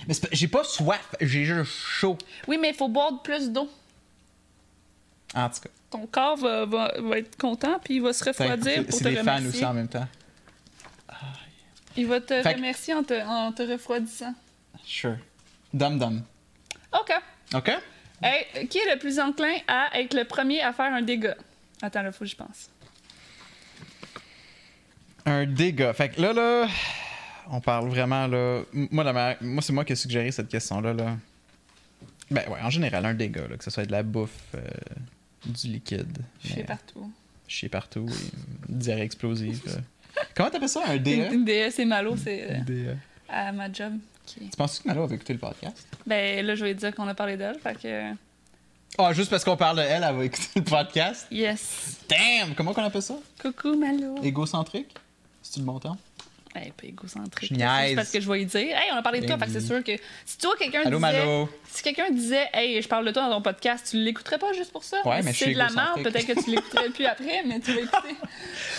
A: Mais c'est pas- j'ai pas soif, j'ai juste chaud.
B: Oui, mais il faut boire plus d'eau.
A: En tout cas,
B: Ton corps va, va- va être content, puis il va se
A: c'est-
B: refroidir
A: c'est
B: pour te
A: des fans
B: remercier.
A: aussi en même temps.
B: Il va te
A: Fait que-
B: remercier en te, en te refroidissant.
A: Sure. Dum dum.
B: OK.
A: OK?
B: Hey, qui est le plus enclin à être le premier à faire un dégât? Attends, là, faut que je pense.
A: Un dégât. Fait que là, là, on parle vraiment, là. m- Moi, la ma- moi c'est moi qui ai suggéré cette question-là, là. Ben ouais, en général, un dégât, là, que ce soit de la bouffe, euh, du liquide.
B: Je suis
A: mais-
B: partout.
A: chier partout, et une diarrhée explosive. euh. Comment t'appelles ça, un DE?
B: Une DE, c'est Malo, c'est euh,
A: DE.
B: à ma job. qui-
A: Tu penses que Malo avait écouté le podcast?
B: Ben là, je vais dire qu'on a parlé d'elle, fait que...
A: Ah, juste parce qu'on parle de elle, elle va écouter le podcast?
B: Yes!
A: Damn! Comment qu'on appelle ça?
B: Coucou, Malo!
A: Égocentrique? C'est-tu le bon terme?
B: Hey, pas égocentrique.
A: Je
B: là, c'est
A: niaise.
B: juste parce que je vais lui dire. Hey, on a parlé de toi,
A: Ben
B: fait que c'est
A: oui.
B: sûr que... Si toi, quelqu'un
A: Allô,
B: disait...
A: Malo?
B: Si quelqu'un disait, hey, je parle de toi dans ton podcast, tu l'écouterais pas juste pour ça?
A: Ouais, mais je
B: si c'est
A: suis
B: de la merde, peut-être
A: égocentrique.
B: que tu l'écouterais plus après, mais tu vas écouter.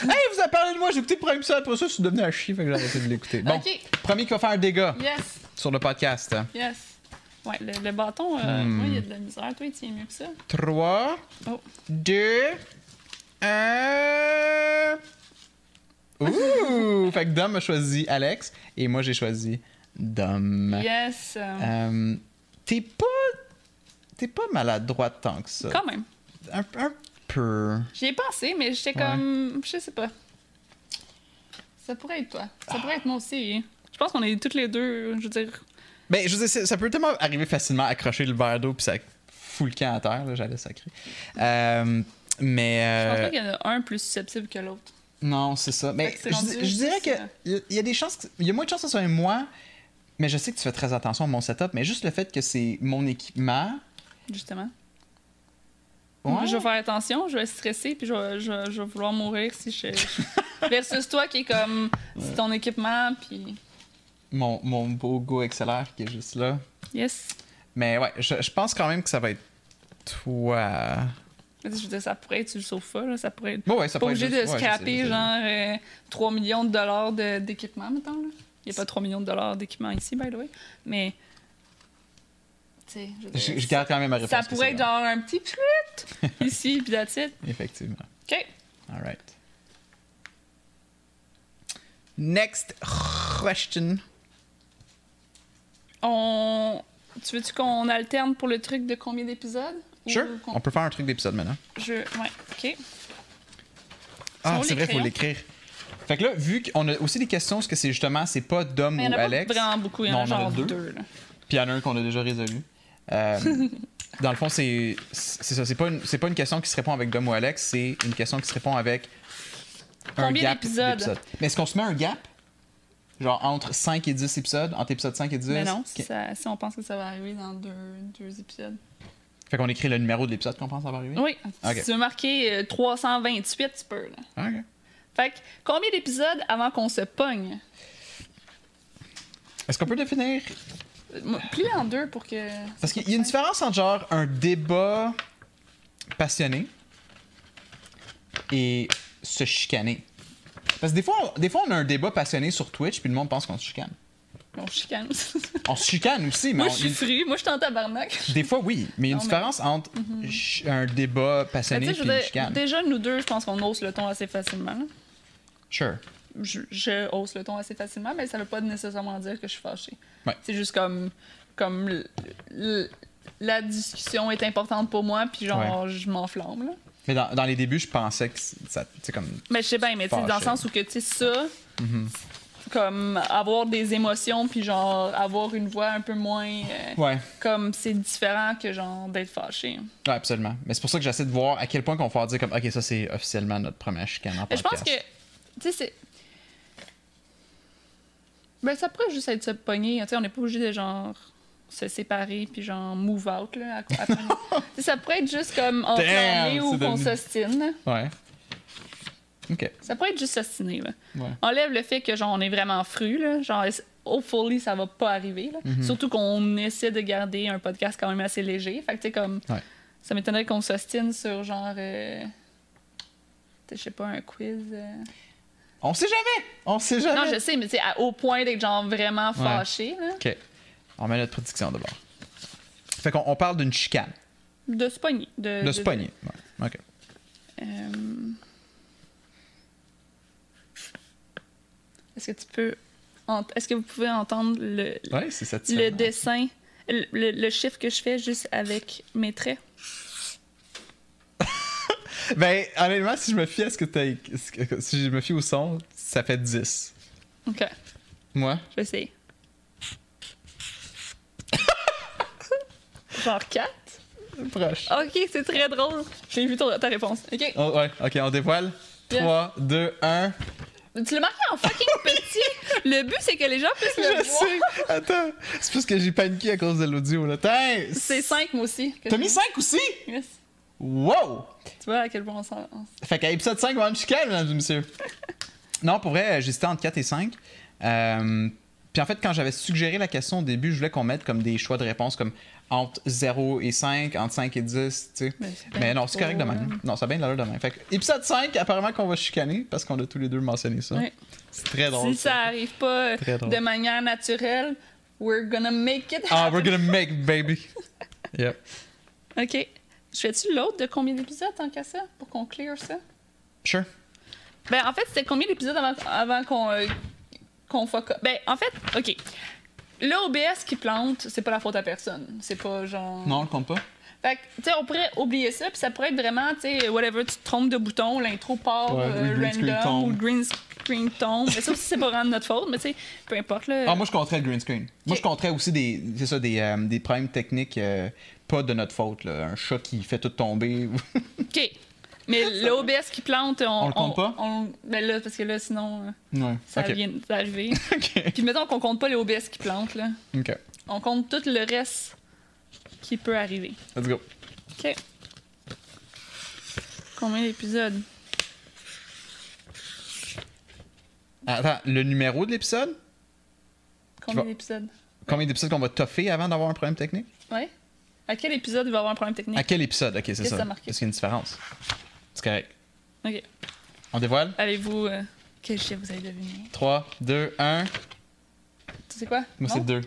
A: Hey, vous avez parlé de moi, j'ai écouté le premier épisode, pour ça, je suis devenu un chien, fait que j'ai arrêté de l'écouter. Bon,
B: OK.
A: premier qui va faire un dégât
B: Yes!
A: sur le podcast.
B: Yes! Ouais, le, le bâton, euh,
A: Hmm.
B: moi, il y a de la misère. Toi, il tient mieux que ça.
A: 3,
B: Oh.
A: 2, 1. Ouh! fait que Dom a choisi Alex et moi j'ai choisi Dom.
B: Yes! euh,
A: Euh, t'es pas. T'es pas maladroite tant que ça.
B: Quand même.
A: Un, un peu.
B: J'y ai pensé, mais j'étais
A: Ouais.
B: comme. Je sais pas. Ça pourrait être toi. Ça pourrait être moi aussi. Je pense qu'on est toutes les deux, je veux dire.
A: Ben, je veux dire, c'est- ça peut tellement arriver facilement, accrocher le verre d'eau, puis ça fout le camp à terre, là, j'allais sacrer. Euh, mais.
B: Je pense
A: euh,
B: pas qu'il y en a un plus susceptible que l'autre.
A: Non, c'est ça. Mais
B: Fait que c'est
A: je,
B: rendu
A: je dirais
B: juste,
A: que il y a des chances, que- il y a moins de chances que ce soit un moi, mais je sais que tu fais très attention à mon setup, mais juste le fait que c'est mon équipement.
B: Justement.
A: Ouais.
B: Moi, je vais faire attention, je vais stresser, puis je vais, je vais- je vais vouloir mourir si je. je- Versus toi qui est comme. C'est ton équipement, puis.
A: Mon, mon beau go XLR qui est juste là.
B: Yes.
A: Mais ouais, je, je pense quand même que ça va être toi.
B: Je veux dire, ça pourrait être sur le sofa, là, ça pourrait être.
A: Bon, ouais, ça
B: pas
A: pourrait être
B: obligé de
A: juste- ouais, je sais,
B: scraper
A: je sais.
B: genre euh, 3 millions de dollars de- d'équipement, mettons. Là. Il n'y a pas 3 millions de dollars d'équipement ici, by the way. Mais. Tu sais, je veux dire,
A: Je, je garde quand même ma réponse.
B: Ça
A: que
B: pourrait
A: c'est
B: être
A: là.
B: genre un petit plut ici, puis that's it.
A: Effectivement.
B: OK.
A: All right. Next question.
B: On... Tu veux-tu qu'on alterne pour le truc de combien d'épisodes? Ou
A: Sure.
B: qu'on-
A: On peut faire un truc d'épisode maintenant.
B: Je... Ouais, OK.
A: Ah,
B: où
A: c'est
B: les
A: vrai, il faut
B: crayons?
A: l'écrire. Fait que là, vu qu'on a aussi des questions, parce que c'est justement, c'est pas Dom
B: Mais il
A: ou
B: n'y en a
A: Alex.
B: pas vraiment beaucoup, il y en
A: Non,
B: a
A: on en a
B: genre
A: deux.
B: deux. là.
A: Puis il y en a un qu'on a déjà résolu. Euh, dans le fond, c'est c'est ça. C'est pas, une- c'est pas une question qui se répond avec Dom ou Alex, c'est une question qui se répond avec
B: Combien d'épisodes?
A: Mais est-ce qu'on se met un gap? Genre entre 5 et 10 épisodes? Entre épisode 5 et 10?
B: Mais non,
A: Ok.
B: ça- si on pense que ça va arriver dans deux, deux épisodes.
A: Fait qu'on écrit le numéro de l'épisode qu'on pense avoir arrivé?
B: Oui.
A: Ok.
B: Si tu veux marquer euh, 328, tu peux. Là.
A: Ah, Ok.
B: Fait que, combien d'épisodes avant qu'on se pogne?
A: Est-ce qu'on peut définir
B: Plus en deux pour que.
A: Parce qu'il y a une différence entre genre un débat passionné et se chicaner. Parce que des fois, on, des fois, on a un débat passionné sur Twitch, puis le monde pense qu'on se chicane.
B: On chicane.
A: On se chicane aussi, mais
B: moi,
A: on-
B: je suis free. Moi, je suis en tabarnak.
A: des fois, oui. Mais il y a une
B: Non, mais- Mhm.
A: différence entre ch- un débat
B: Mais
A: passionné
B: tu
A: et
B: sais, je veux
A: une
B: dire,
A: chicane.
B: déjà, nous deux, je pense qu'on hausse le ton assez facilement. là.
A: Sure.
B: Je, je hausse le ton assez facilement, mais ça veut pas nécessairement dire que je suis fâchée.
A: Ouais.
B: C'est juste comme. comme l- l- la discussion est importante pour moi, puis genre, je m'enflamme. là.
A: Mais dans, dans les débuts, je pensais que c'est- ça, tu sais, comme,
B: Mais je sais bien, mais tu sais, dans le
A: Fâché.
B: sens où que, tu sais, ça,
A: Mm-hmm.
B: comme avoir des émotions, puis genre avoir une voix un peu moins. euh,
A: ouais,
B: Comme c'est différent que genre d'être fâché.
A: ouais, absolument. Mais c'est pour ça que j'essaie de voir à quel point qu'on va dire comme, ok, ça c'est officiellement notre première chicane en
B: Mais je pense
A: podcast.
B: que, tu sais, c'est. Ben, ça pourrait juste être se pogner. Tu sais, on n'est pas obligé de genre se séparer puis genre move out là à- après- Tu sais, ça pourrait être juste comme enflammé ou
A: c'est
B: qu'on
A: devenu-
B: s'ostine
A: Ouais. Ok.
B: ça pourrait être juste s'ostiner là
A: Ouais.
B: enlève le fait que genre on est vraiment fru là, genre es- hopefully ça va pas arriver là.
A: Mm-hmm.
B: Surtout qu'on essaie de garder un podcast quand même assez léger. Fait que tu sais comme
A: Ouais.
B: ça m'étonnerait qu'on s'ostine sur genre euh, tu sais, je sais pas un quiz. euh.
A: On sait jamais! On sait jamais!
B: Non, je sais mais tu sais à- au point d'être genre vraiment
A: Ouais.
B: fâché là,
A: Ok. On met notre prédiction de bord. Fait qu'on on parle d'une chicane.
B: de se pogner, Euh, de
A: De se pogner. Ouais. Ok.
B: Euh, Est-ce que tu peux ent- est-ce que vous pouvez entendre le
A: Ouais, c'est
B: le
A: satisfaisant.
B: dessin, le, le- le chiffre que je fais juste avec mes traits.
A: Ben, honnêtement, si je me fie à ce que t'as. ce que- Si je me fie au son, ça fait 10.
B: Ok,
A: Moi?
B: je vais essayer. Genre 4?
A: Proche.
B: Ok, c'est très drôle. J'ai vu ton- ta réponse. Ok.
A: Oh, ouais, ok, on dévoile.
B: Yes.
A: 3, 2, 1.
B: Tu l'as marqué en fucking petit. Le but, c'est que les gens puissent le
A: Je
B: voir.
A: sais! Attends! C'est parce que j'ai paniqué à cause de l'audio, là. Tain!
B: C'est 5, moi aussi. que
A: T'as
B: j'ai
A: mis 5 aussi?
B: Yes.
A: Wow!
B: Tu vois à quel point on s'en... on s-
A: Fait qu'à épisode 5, on va avoir une chicane, mesdames et messieurs. non, pour vrai, j'hésitais entre 4 et 5. Euh, puis en fait, quand j'avais suggéré la question au début, je voulais qu'on mette comme des choix de réponse comme entre 0 et 5, entre 5 et 10, tu sais.
B: Mais Ben, c'est bien
A: Mais non, c'est
B: trop,
A: correct de même. Non, ça a bien de l'allure de même. Fait que épisode 5, apparemment qu'on va se chicaner parce qu'on a tous les deux mentionné ça.
B: Ouais.
A: C'est très drôle.
B: Si ça arrive pas euh,
A: Très drôle.
B: de manière naturelle, we're gonna make it
A: Ah,
B: happen.
A: we're gonna make baby. yep.
B: Ok. Je fais-tu l'autre de combien d'épisodes tant qu'à ça pour qu'on clear ça?
A: Sure.
B: Ben, en fait, c'était combien d'épisodes avant, avant qu'on euh, qu'on fuck up? Ben, en fait, OK. Là, OBS qui plante, c'est pas la faute à personne. C'est pas genre.
A: Non, on le compte pas.
B: Fait que, tu sais, on pourrait oublier ça, puis ça pourrait être vraiment, tu sais, whatever, tu te trompes de bouton, l'intro part
A: Ouais,
B: euh,
A: ou le green screen
B: random,
A: tombe.
B: ou le green screen tombe. Mais ça aussi, c'est pas vraiment de notre faute, mais tu sais, peu importe, là.
A: Ah, moi, je compterais le green screen. Moi,
B: Ok.
A: je compterais aussi des, c'est ça, des, euh, des problèmes techniques euh, pas de notre faute. là. Un chat qui fait tout tomber.
B: OK. Mais le OBS qui plante, on.
A: le compte pas?
B: on- Ben là, parce que là, sinon, euh,
A: ouais.
B: ça
A: Ok.
B: vient d'arriver.
A: ok.
B: puis mettons qu'on compte pas les OBS qui plantent, là.
A: Ok.
B: On compte tout le reste qui peut arriver.
A: Let's go.
B: OK. Combien d'épisodes?
A: Attends, le numéro de l'épisode?
B: Combien
A: vas-
B: d'épisodes?
A: Combien d'épisodes qu'on va toffer avant d'avoir un problème technique?
B: Ouais. À quel épisode il va y avoir un problème technique?
A: À quel épisode? Ok, c'est
B: Qu'est-ce que
A: ça.
B: t'as marqué?
A: Parce qu'il y a une différence. C'est correct.
B: OK.
A: On dévoile?
B: Avez-vous... euh, quel chiffre vous avez deviné?
A: 3, 2, 1.
B: Tu sais quoi?
A: Moi,
B: Non?
A: c'est 2.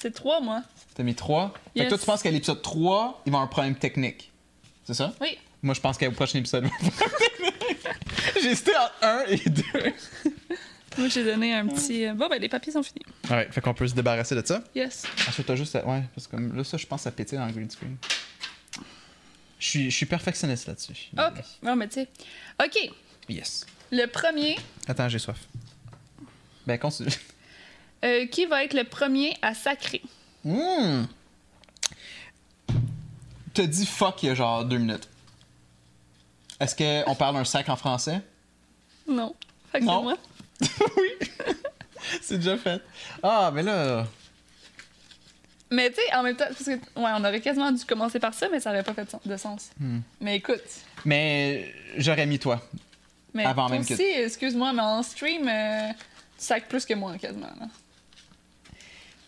B: C'est trois, moi.
A: T'as mis 3. Fait
B: Yes.
A: que toi, tu penses qu'à l'épisode 3, il va y avoir un problème technique. C'est ça?
B: Oui.
A: Moi, je pense qu'au prochain épisode, il va y avoir un problème technique. J'ai hésité entre 1 et 2.
B: Moi, j'ai donné un petit... euh, Bon, ben, les papiers sont finis.
A: Ouais, fait qu'on peut se débarrasser de ça.
B: Yes.
A: Ensuite, t'as juste. à- Ouais, parce que comme là, ça, je pense, ça pétille dans le green screen. Je suis, je suis perfectionniste là-dessus.
B: Hop! Non, mais tu sais... OK.
A: Yes.
B: Le premier...
A: Attends, j'ai soif. Ben, continue.
B: euh, qui va être le premier à sacrer?
A: Hum! T'as dit fuck il y a genre deux minutes. Est-ce qu'on parle un sac en français?
B: Non. Fait que c'est
A: Non.
B: moi.
A: oui! C'est déjà fait. Ah, mais là.
B: Mais tu sais, en même temps, parce que, ouais, on aurait quasiment dû commencer par ça, mais ça aurait pas fait de sens.
A: Hmm.
B: Mais écoute,
A: Mais j'aurais mis toi.
B: mais
A: Avant
B: toi
A: même que-
B: aussi, excuse-moi, mais en stream, euh, tu sacs plus que moi quasiment. là.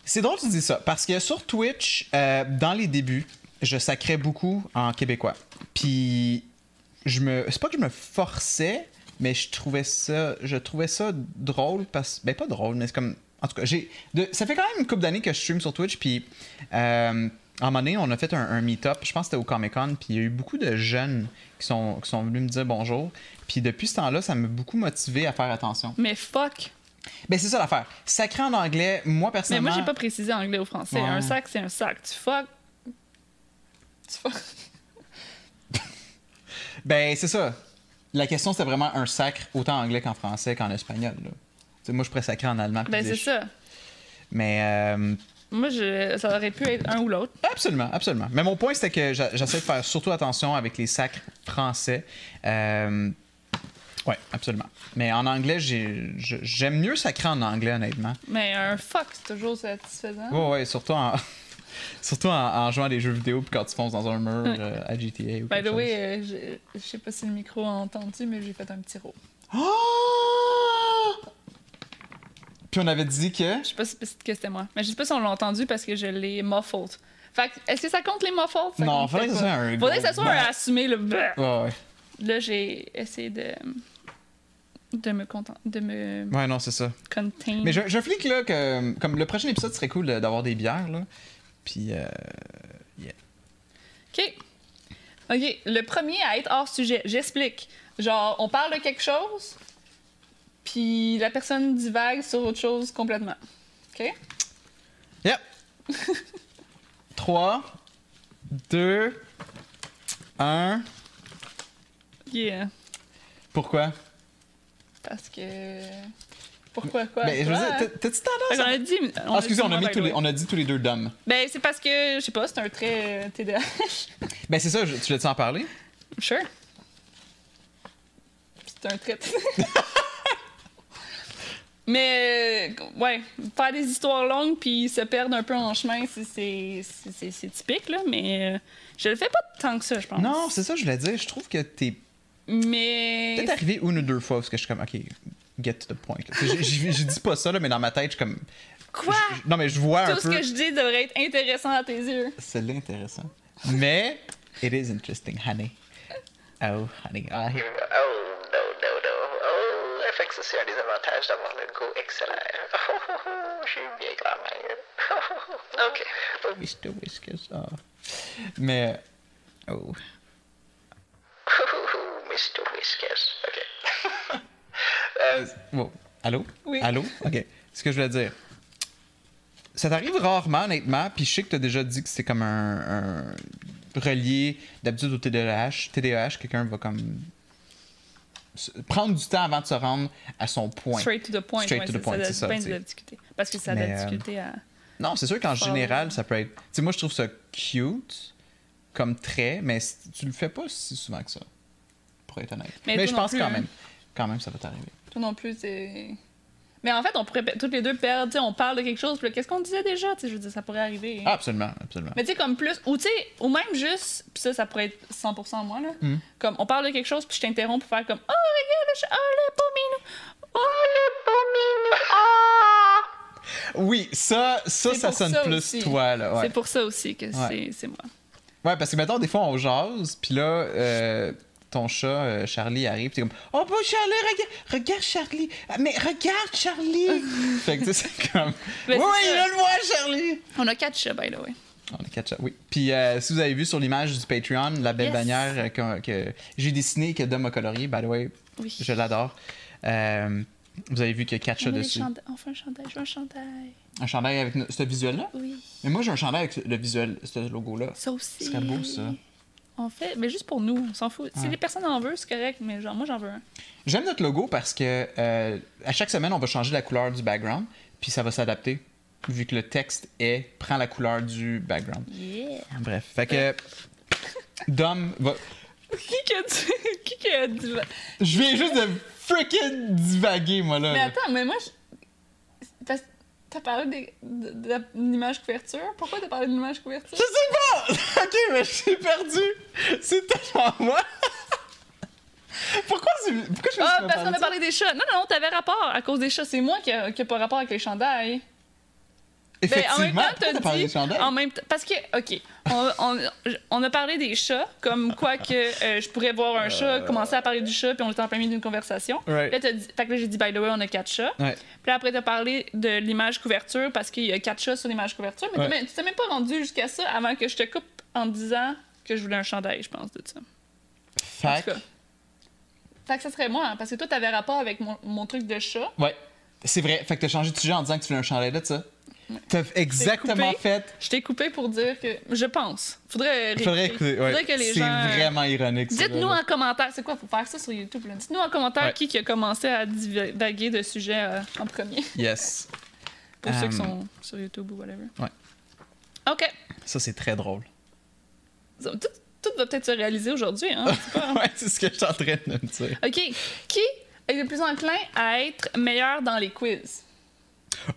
A: C'est drôle que tu dis ça, parce que sur Twitch, euh, dans les débuts, je sacrais beaucoup en québécois. Puis, je me. C'est pas que je me forçais, mais je trouvais ça. Je trouvais ça drôle parce. Ben, pas drôle, mais c'est comme. En tout cas, j'ai. de- Ça fait quand même une couple d'années que je stream sur Twitch, puis. euh, à un moment donné, on a fait un, un meet-up, je pense que c'était au Comic-Con, puis il y a eu beaucoup de jeunes qui sont, qui sont venus me dire bonjour. Puis depuis ce temps-là, ça m'a beaucoup motivé à faire attention.
B: Mais fuck!
A: Ben c'est ça l'affaire. Sacré en anglais, moi
B: Mais
A: personnellement.
B: moi, j'ai pas précisé anglais ou français.
A: Ouais.
B: Un sac, c'est un sac. Tu fuck. Tu fuck.
A: Ben, c'est ça. La question, c'était vraiment un sacre, autant en anglais qu'en français qu'en espagnol. Là. Tu sais, moi, je pourrais sacrer en allemand. puis
B: Ben,
A: dire-
B: c'est ça.
A: Mais euh,
B: Moi, je... ça aurait pu être un ou l'autre.
A: absolument, absolument. Mais mon point, c'était que j'a- j'essaie de faire surtout attention avec les sacres français. Euh, ouais, absolument. Mais en anglais, j'ai- je- j'aime mieux sacrer en anglais, honnêtement.
B: Mais un fuck, c'est toujours satisfaisant.
A: Ouais, ouais, surtout en... Surtout en, en jouant à des jeux vidéo puis quand tu fonces dans un mur euh, à GTA ou quelque
B: By the
A: chose.
B: way, euh, je- je sais pas si le micro a entendu, mais j'ai fait un petit roux.
A: Oh! Puis on avait dit que...
B: Je sais pas si si- que c'était moi. Mais je sais pas si on l'a entendu parce que je l'ai muffled. Fait que, est-ce que ça compte les muffled? Ça
A: Non,
B: compte
A: faudrait que
B: pas.
A: ce soit un
B: Faudrait que ça soit
A: gros-
B: un assumé, le bleu.
A: Ouais, ouais.
B: Là, j'ai essayé de. de me content... de me
A: Ouais, non, c'est ça.
B: Mm. contain.
A: Mais je, je flic, là, que euh, comme le prochain épisode serait cool euh, d'avoir des bières, là. Puis, euh,
B: OK. OK. Le premier à être hors sujet. J'explique. Genre, on parle de quelque chose, puis la personne divague sur autre chose complètement. OK?
A: yep! 3, 2, 1.
B: Yeah.
A: Pourquoi?
B: Parce que. Pourquoi quoi?
A: Mais Ben, je veux
B: quoi?
A: dire, t'as- t'as-tu
B: Fait qu'on
A: tendance à...
B: a dit.
A: Ah, excusez,
B: dit
A: on a,
B: moi,
A: mis
B: by
A: tous
B: the
A: les,
B: way.
A: on a dit tous les deux dames.
B: Ben, c'est parce que, je sais pas, c'est un trait euh, TDAH.
A: Ben, c'est ça, je- tu voulais-tu en parler?
B: Sure. C'est un trait. Mais, euh, ouais, faire des histoires longues puis se perdre un peu en chemin, c'est- c'est- c'est c'est- c'est typique, là. Mais euh, je le fais pas tant que ça, je pense.
A: Non, c'est ça, je voulais dire. Je trouve que t'es
B: Mais.
A: peut-être arrivé une ou deux fois parce que je suis comme, OK, get to the point. là. J'ai- j'ai- Je dis pas ça, là, mais dans ma tête, je suis comme...
B: Quoi?
A: je- non, mais je vois un
B: Ah! Tout ce
A: peu...
B: que je dis devrait être intéressant à tes yeux.
A: C'est l'intéressant. Mais, it is interesting, honey. Oh, honey. Ah, here.
C: Oh, no, no, no. Oh, FX aussi a des avantages d'avoir le go XLR. Oh, oh, oh, je suis bien quand même. Oh, oh, oh. OK. Oh,
A: Wish the whiskers are. Mais, oh.
C: oh, oh, Mr. Whiskers. OK. Euh,
A: Wow. Allô?
B: Oui.
A: Allô? OK. Ce que je voulais dire. Ça t'arrive rarement, honnêtement, puis je sais que t'as déjà dit que c'est comme un, un relié d'habitude au E TDAH. TDAH, quelqu'un va comme se- prendre du temps avant de se rendre à son point.
B: Straight to the point.
A: Straight
B: ouais,
A: to the
B: c'est-
A: point,
B: ça.
A: c'est ça,
B: bien
A: tu sais.
B: de la difficulté. Parce que ça a de
A: Mais,
B: la
A: euh,
B: difficulté à.
A: Non, c'est sûr qu'en
B: Fort.
A: général, ça peut être. Tu sais, moi, je trouve ça cute comme trait, mais c- tu le fais pas si souvent que ça, pour être honnête. Mais,
B: Mais toi
A: je
B: non
A: pense
B: plus,
A: quand
B: hein.
A: même. Quand même, ça va t'arriver.
B: Toi non plus, c'est. Mais en fait, on pourrait pe- toutes les deux perdre. tu sais, On parle de quelque chose, puis là, qu'est-ce qu'on disait déjà? tu sais, Je veux dire, ça pourrait arriver. hein.
A: Ah, absolument, absolument.
B: Mais tu sais, comme plus. Ou tu sais, ou même juste. Puis ça, ça pourrait être 100% moi, là.
A: Mm.
B: Comme on parle de quelque chose, puis je t'interromps pour faire comme. Oh, regarde, le chat, oh, le beau minou! Oh, le beau minou! Ah!
A: Oui, ça, ça,
B: C'est
A: ça
B: pour
A: sonne
B: ça
A: plus
B: aussi.
A: toi, là. Ouais.
B: C'est pour ça aussi que c'est- c'est moi.
A: ouais, parce que mettons, des fois, on jase, puis là, euh, ton chat, euh, Charlie, arrive, pis t'es comme Oh, bon, Charlie, regarde, regarde Charlie, Ah, mais regarde Charlie. fait que tu sais, c'est comme Oui,
B: Ben, c'est
A: oui,
B: ça.
A: je le vois, Charlie.
B: On a quatre chats, by the way.
A: On est quatre chats, oui. Puis euh, si vous avez vu sur l'image du Patreon, la belle
B: Yes.
A: bannière euh, que, que j'ai dessinée et que Dom a coloriée, by the way,
B: Oui.
A: je l'adore. Euh, vous avez vu qu'il y a quatre
B: On a
A: chats
B: des
A: dessus.
B: chandails. On fait un chandail, je veux un chandail.
A: Un chandail avec no- ce visuel-là.
B: Oui.
A: Mais moi, j'ai un chandail avec ce- le visuel, ce logo-là.
B: Ça aussi.
A: Ce serait beau, ça.
B: On fait, mais juste pour nous, on s'en fout. Si
A: Ouais.
B: les personnes en veulent, c'est correct, mais genre, moi, j'en veux un.
A: J'aime notre logo parce que euh, à chaque semaine, on va changer la couleur du background, puis ça va s'adapter, vu que le texte est prend la couleur du background.
B: Yeah!
A: Bref, fait que Dom va.
B: Qui que tu. Qui que tu.
A: Je viens juste de freaking divaguer, moi là.
B: Mais attends, mais moi, je. Parce que t'as parlé des- de, de- d'une image couverture. Pourquoi t'as parlé d'une image
A: Je
B: couverture?
A: sais pas! ok, mais je suis perdu! C'est tellement moi! pourquoi, c'est- pourquoi je me
B: Ah,
A: suis
B: parce qu'on a
A: de ça?
B: parlé des chats. Non, non, non, t'avais rapport à cause des chats. C'est moi qui a, qui a pas rapport avec les chandails. Ben, en même
A: Effectivement,
B: temps,
A: pourquoi
B: t'as
A: t'as parlé
B: dit-
A: des chandelles?
B: en même temps- parce que, OK, on, on- on a parlé des chats, comme quoi que euh, je pourrais voir un chat,
A: Euh.
B: commencer à parler du chat, puis on était en plein milieu d'une conversation.
A: Right.
B: Là, t'as dit- fait que là, j'ai dit, by the way, on a quatre chats.
A: Ouais.
B: Puis là, après, t'as parlé de l'image couverture, parce qu'il y a quatre chats sur l'image couverture, mais t'as
A: Ouais.
B: même- tu t'es même pas rendu jusqu'à ça avant que je te coupe en disant que je voulais un chandail, je pense, de ça. En
A: Fait
B: tout
A: que-
B: cas. Fait que ça serait moi, hein, parce que toi, t'avais rapport avec mon, mon truc de chat.
A: Ouais. C'est vrai. Fait que t'as changé de sujet en disant que tu voulais un chandail de ça. T'as exactement
B: coupé.
A: fait.
B: Je t'ai coupé pour dire que. Je pense. Faudrait,
A: Il faudrait
B: réécouter.
A: écouter. ouais.
B: Faudrait que les
A: C'est
B: gens.
A: vraiment ironique. ça,
B: Dites-nous
A: là.
B: en commentaire, c'est quoi, faut faire ça sur YouTube. là. Dites-nous en commentaire
A: Ouais.
B: qui, qui a commencé à divaguer de sujets euh, en premier,
A: Yes.
B: pour ceux qui
A: Euh,
B: sont sur YouTube ou whatever.
A: ouais.
B: OK.
A: Ça, c'est très drôle.
B: Tout, tout va peut-être se réaliser aujourd'hui. Hein?
A: ouais, c'est ce que je suis en train de me dire.
B: OK. Qui est le plus enclin à être meilleur dans les quiz?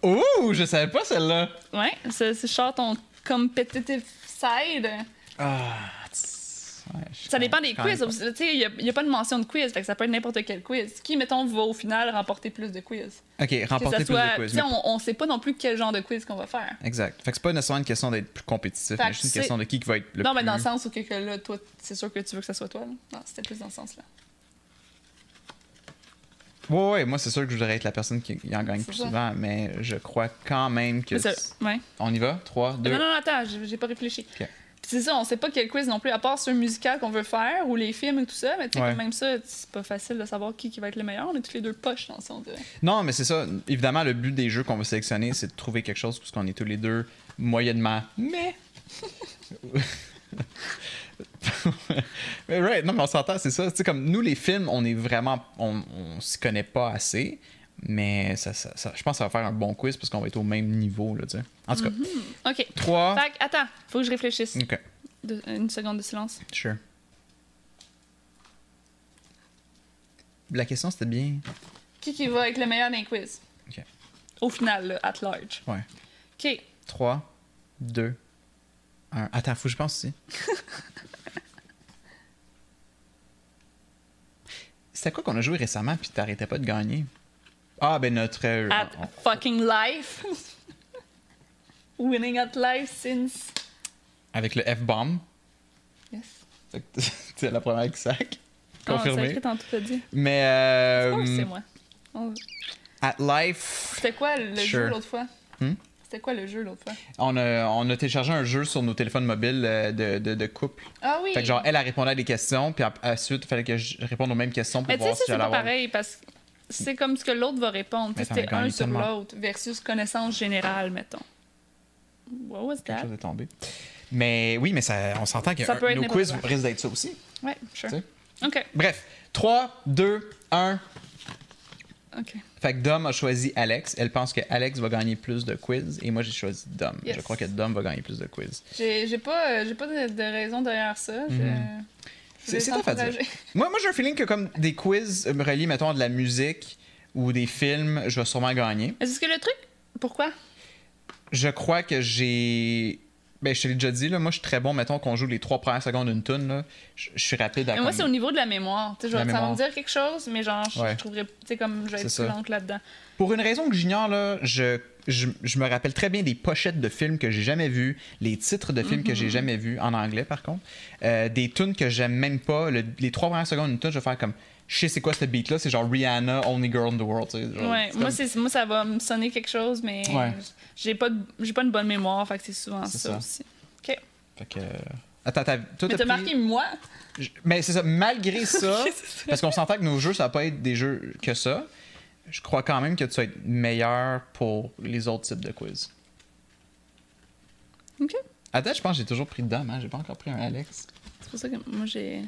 A: Oh, je savais pas celle-là.
B: Ouais, c'est c'est genre ton competitive side.
A: Ah, tss, ouais, je
B: Ça dépend
A: comprends-
B: des
A: je comprends
B: quiz. Tu sais, il n'y a, pas de mention de quiz, fait que ça peut être n'importe quel quiz. Qui, mettons, va au final remporter plus de quiz?
A: pas. Ok,
B: Que
A: remporter
B: ça
A: plus
B: soit,
A: de quiz.
B: tu sais,
A: mais-
B: on ne sait pas non plus quel genre de quiz qu'on va faire.
A: Exact. Fait que c'est pas nécessairement une question d'être plus compétitif,
B: Fait
A: mais
B: que
A: juste une
B: c'est-
A: question de qui qui va être le
B: non,
A: plus...
B: mais dans le sens où que, que là, toi, c'est sûr que tu veux que ça soit toi. là. Non, c'était plus dans ce sens-là.
A: Ouais, ouais, moi, c'est sûr que je voudrais être la personne qui qui en gagne
B: C'est
A: plus
B: ça.
A: souvent, mais je crois quand même que...
B: Mais ça-
A: c'est-
B: ouais.
A: On y va? 3, 2...
B: Ah Non, non, non, attends, j'ai j'ai pas réfléchi.
A: Ok.
B: Puis c'est ça, on sait pas quel quiz non plus, à part ceux musicaux qu'on veut faire ou les films et tout ça, mais tu sais,
A: Ouais.
B: quand même ça, c'est pas facile de savoir qui, qui va être le meilleur. On est tous les deux poches dans ça, on dirait.
A: Non, mais c'est ça. Évidemment, le but des jeux qu'on va sélectionner, c'est de trouver quelque chose parce qu'on est tous les deux moyennement. Mais. mais right, non, mais on s'entend, c'est ça. Tu sais, comme nous, les films, on est vraiment. On, on s'y connaît pas assez. Mais ça, ça- ça- je pense que ça va faire un bon quiz parce qu'on va être au même niveau, là, tu sais. En tout
B: Mm-hmm.
A: cas,
B: OK.
A: trois.
B: Fait que, attends, faut que je réfléchisse.
A: Ok,
B: Deux- une seconde de silence.
A: sure. La question, c'était bien.
B: Qui qui va être le meilleur dans les quiz?
A: Ok.
B: Au final, là, at large.
A: Ouais.
B: OK.
A: 3, 2, 1. Attends, faut que je pense aussi. C'était quoi qu'on a joué récemment puis t'arrêtais pas de gagner? Ah, ben notre. euh,
B: At
A: on-
B: fucking life. Winning at life since.
A: avec le F-bomb.
B: Yes.
A: Fait que C'est la première qui sac.
B: Ah, c'est écrit
A: Confirmé.
B: tantôt, t'as dit.
A: Mais.
B: Oh,
A: euh,
B: c'est moi. Oh.
A: At Life,
B: C'était quoi le jeu
A: Sure.
B: l'autre fois?
A: Hmm?
B: C'était quoi le jeu l'autre fois?
A: on a, on a téléchargé un jeu sur nos téléphones mobiles euh, de, de, de couple.
B: Ah oui!
A: Fait que genre, elle, a répondu à des questions, puis à- ensuite, il fallait que je réponde aux mêmes questions pour
B: Mais tu sais,
A: voir
B: ça,
A: si
B: c'est
A: j'allais
B: pas
A: avoir.
B: pareil parce que c'est comme ce que l'autre va répondre. Tu
A: Mais
B: sais, C'était
A: t'en as
B: un
A: gagné
B: sur
A: tellement.
B: l'autre versus connaissance générale, mettons. What was
A: quelque
B: that?
A: chose est tombé. Mais oui, mais ça, on s'entend que
B: Ça
A: un-
B: peut être
A: nos
B: n'importe
A: quiz
B: quoi.
A: risquent d'être ça aussi.
B: Ouais, sure.
A: Tu sais.
B: Ok,
A: Bref, 3, 2, 1.
B: ok.
A: Fait que Dom a choisi Alex. Elle pense que Alex va gagner plus de quiz. Et moi, j'ai choisi Dom.
B: Yes.
A: Je crois que Dom va gagner plus de quiz.
B: J'ai j'ai pas, euh, j'ai pas de, de raison derrière ça. Je-
A: Mhm.
B: je
A: C'est-
B: voulais
A: c'est tough à dire.
B: t'encourager.
A: Moi, moi j'ai un feeling que comme des quiz euh, me relient, mettons, à de la musique ou des films, je vais sûrement gagner.
B: Mais c'est ce que le truc. Pourquoi?
A: Je crois que j'ai... Ben, je te l'ai déjà dit, là, moi, je suis très bon, mettons, qu'on joue les trois premières secondes d'une tune. là. Je je suis rapide à...
B: Mais moi,
A: comme-
B: c'est au niveau de la mémoire. Tu sais,
A: La
B: genre, ça va
A: mémoire.
B: me dire quelque chose, mais genre, je,
A: Ouais.
B: je trouverais. Tu sais, comme je vais être
A: C'est
B: plus
A: ça.
B: lente là-dedans.
A: Pour une raison que j'ignore, là, je, je, je me rappelle très bien des pochettes de films que j'ai jamais vues, les titres de films que
B: Mm-hmm.
A: j'ai jamais vus, en anglais par contre, euh, des tunes que j'aime même pas. le- les trois premières secondes d'une tune, je vais faire comme, je sais c'est quoi ce beat-là, c'est genre Rihanna, Only Girl in the World. tu sais, genre,
B: Ouais,
A: c'est
B: moi,
A: comme-
B: c'est- moi, ça va me sonner quelque chose, mais
A: Ouais.
B: j'ai pas, de- j'ai pas une bonne mémoire, fait que c'est souvent ça,
A: C'est ça.
B: aussi. OK.
A: Fait que, euh, Attends, t'as, toi,
B: Mais
A: t'as
B: t'as
A: pris-
B: marqué moi.
A: Je- Mais c'est ça, malgré ça,
B: Ok, c'est ça.
A: parce qu'on s'entend que nos jeux, ça va pas être des jeux que ça, je crois quand même que tu vas être meilleur pour les autres types de quiz.
B: OK.
A: Attends, je pense que j'ai toujours pris Dom, hein? j'ai pas encore pris un Alex.
B: C'est pour ça que moi, j'ai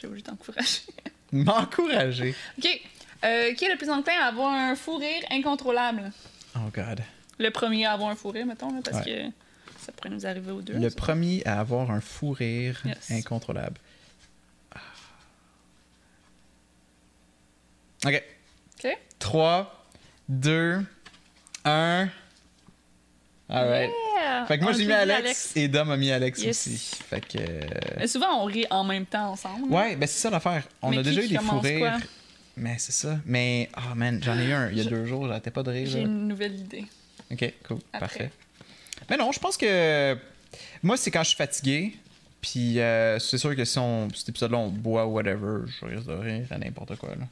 B: j'ai voulu t'encourager.
A: M'encourager.
B: OK. Euh, qui est le plus enclin à avoir un fou rire incontrôlable?
A: Oh God.
B: Le premier à avoir un fou rire, mettons, là, parce
A: Ouais.
B: que ça pourrait nous arriver aux deux.
A: Le
B: ça.
A: premier à avoir un fou rire
B: Yes.
A: incontrôlable. Ah. Ok.
B: OK.
A: 3, 2, 1. Alright.
B: Yeah!
A: Fait que moi,
B: On
A: j'ai mis
B: dit
A: Alex, et Dom a mis Alex
B: Ah, Yes.
A: aussi. Fait que. euh,
B: Mais souvent, on rit en même temps ensemble.
A: Ouais, ben c'est ça l'affaire. On
B: Mais
A: a
B: qui
A: déjà
B: qui
A: eu des fous
B: commence quoi?
A: rires. Mais c'est ça. Mais, oh man, j'en ai eu un il y a
B: Je-
A: deux jours, j'arrêtais pas de rire.
B: J'ai
A: là.
B: une nouvelle idée.
A: Ok, cool,
B: Après.
A: parfait. Mais non, je pense que moi, c'est quand je suis fatigué. Puis euh, c'est sûr que si on, cet épisode-là, on boit whatever, je risque de rire à n'importe quoi. Là.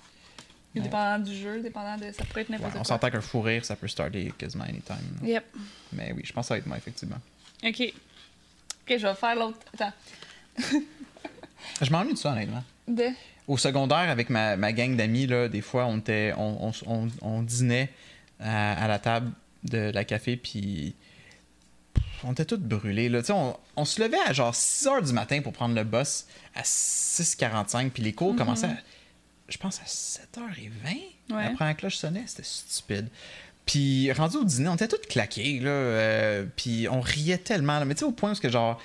B: Tout Dépendant du jeu, dépendant de. Ça pourrait être
A: Ouais,
B: n'importe
A: on
B: quoi.
A: s'entend qu'un fou rire, ça peut starter quasiment anytime. là.
B: Yep.
A: Mais oui, je pense que ça va être moi, effectivement.
B: Ok. Ok, je vais faire l'autre. Attends.
A: Je m'ennuie de ça, honnêtement.
B: De.
A: Au secondaire, avec ma, ma gang d'amis, là, des fois, on, était, on, on- on- on dînait à, à la table de la café, puis on était tous brûlés. Là. Tu sais, On, on se levait à genre 6 h du matin pour prendre le bus à 6h45, puis les cours commençaient, à, je pense, à 7h20.
B: Ouais.
A: La première cloche sonnait, c'était stupide. Puis rendu au dîner, on était tous claqués, là, euh, puis on riait tellement. là. Mais tu sais, au point où, c'est que, genre,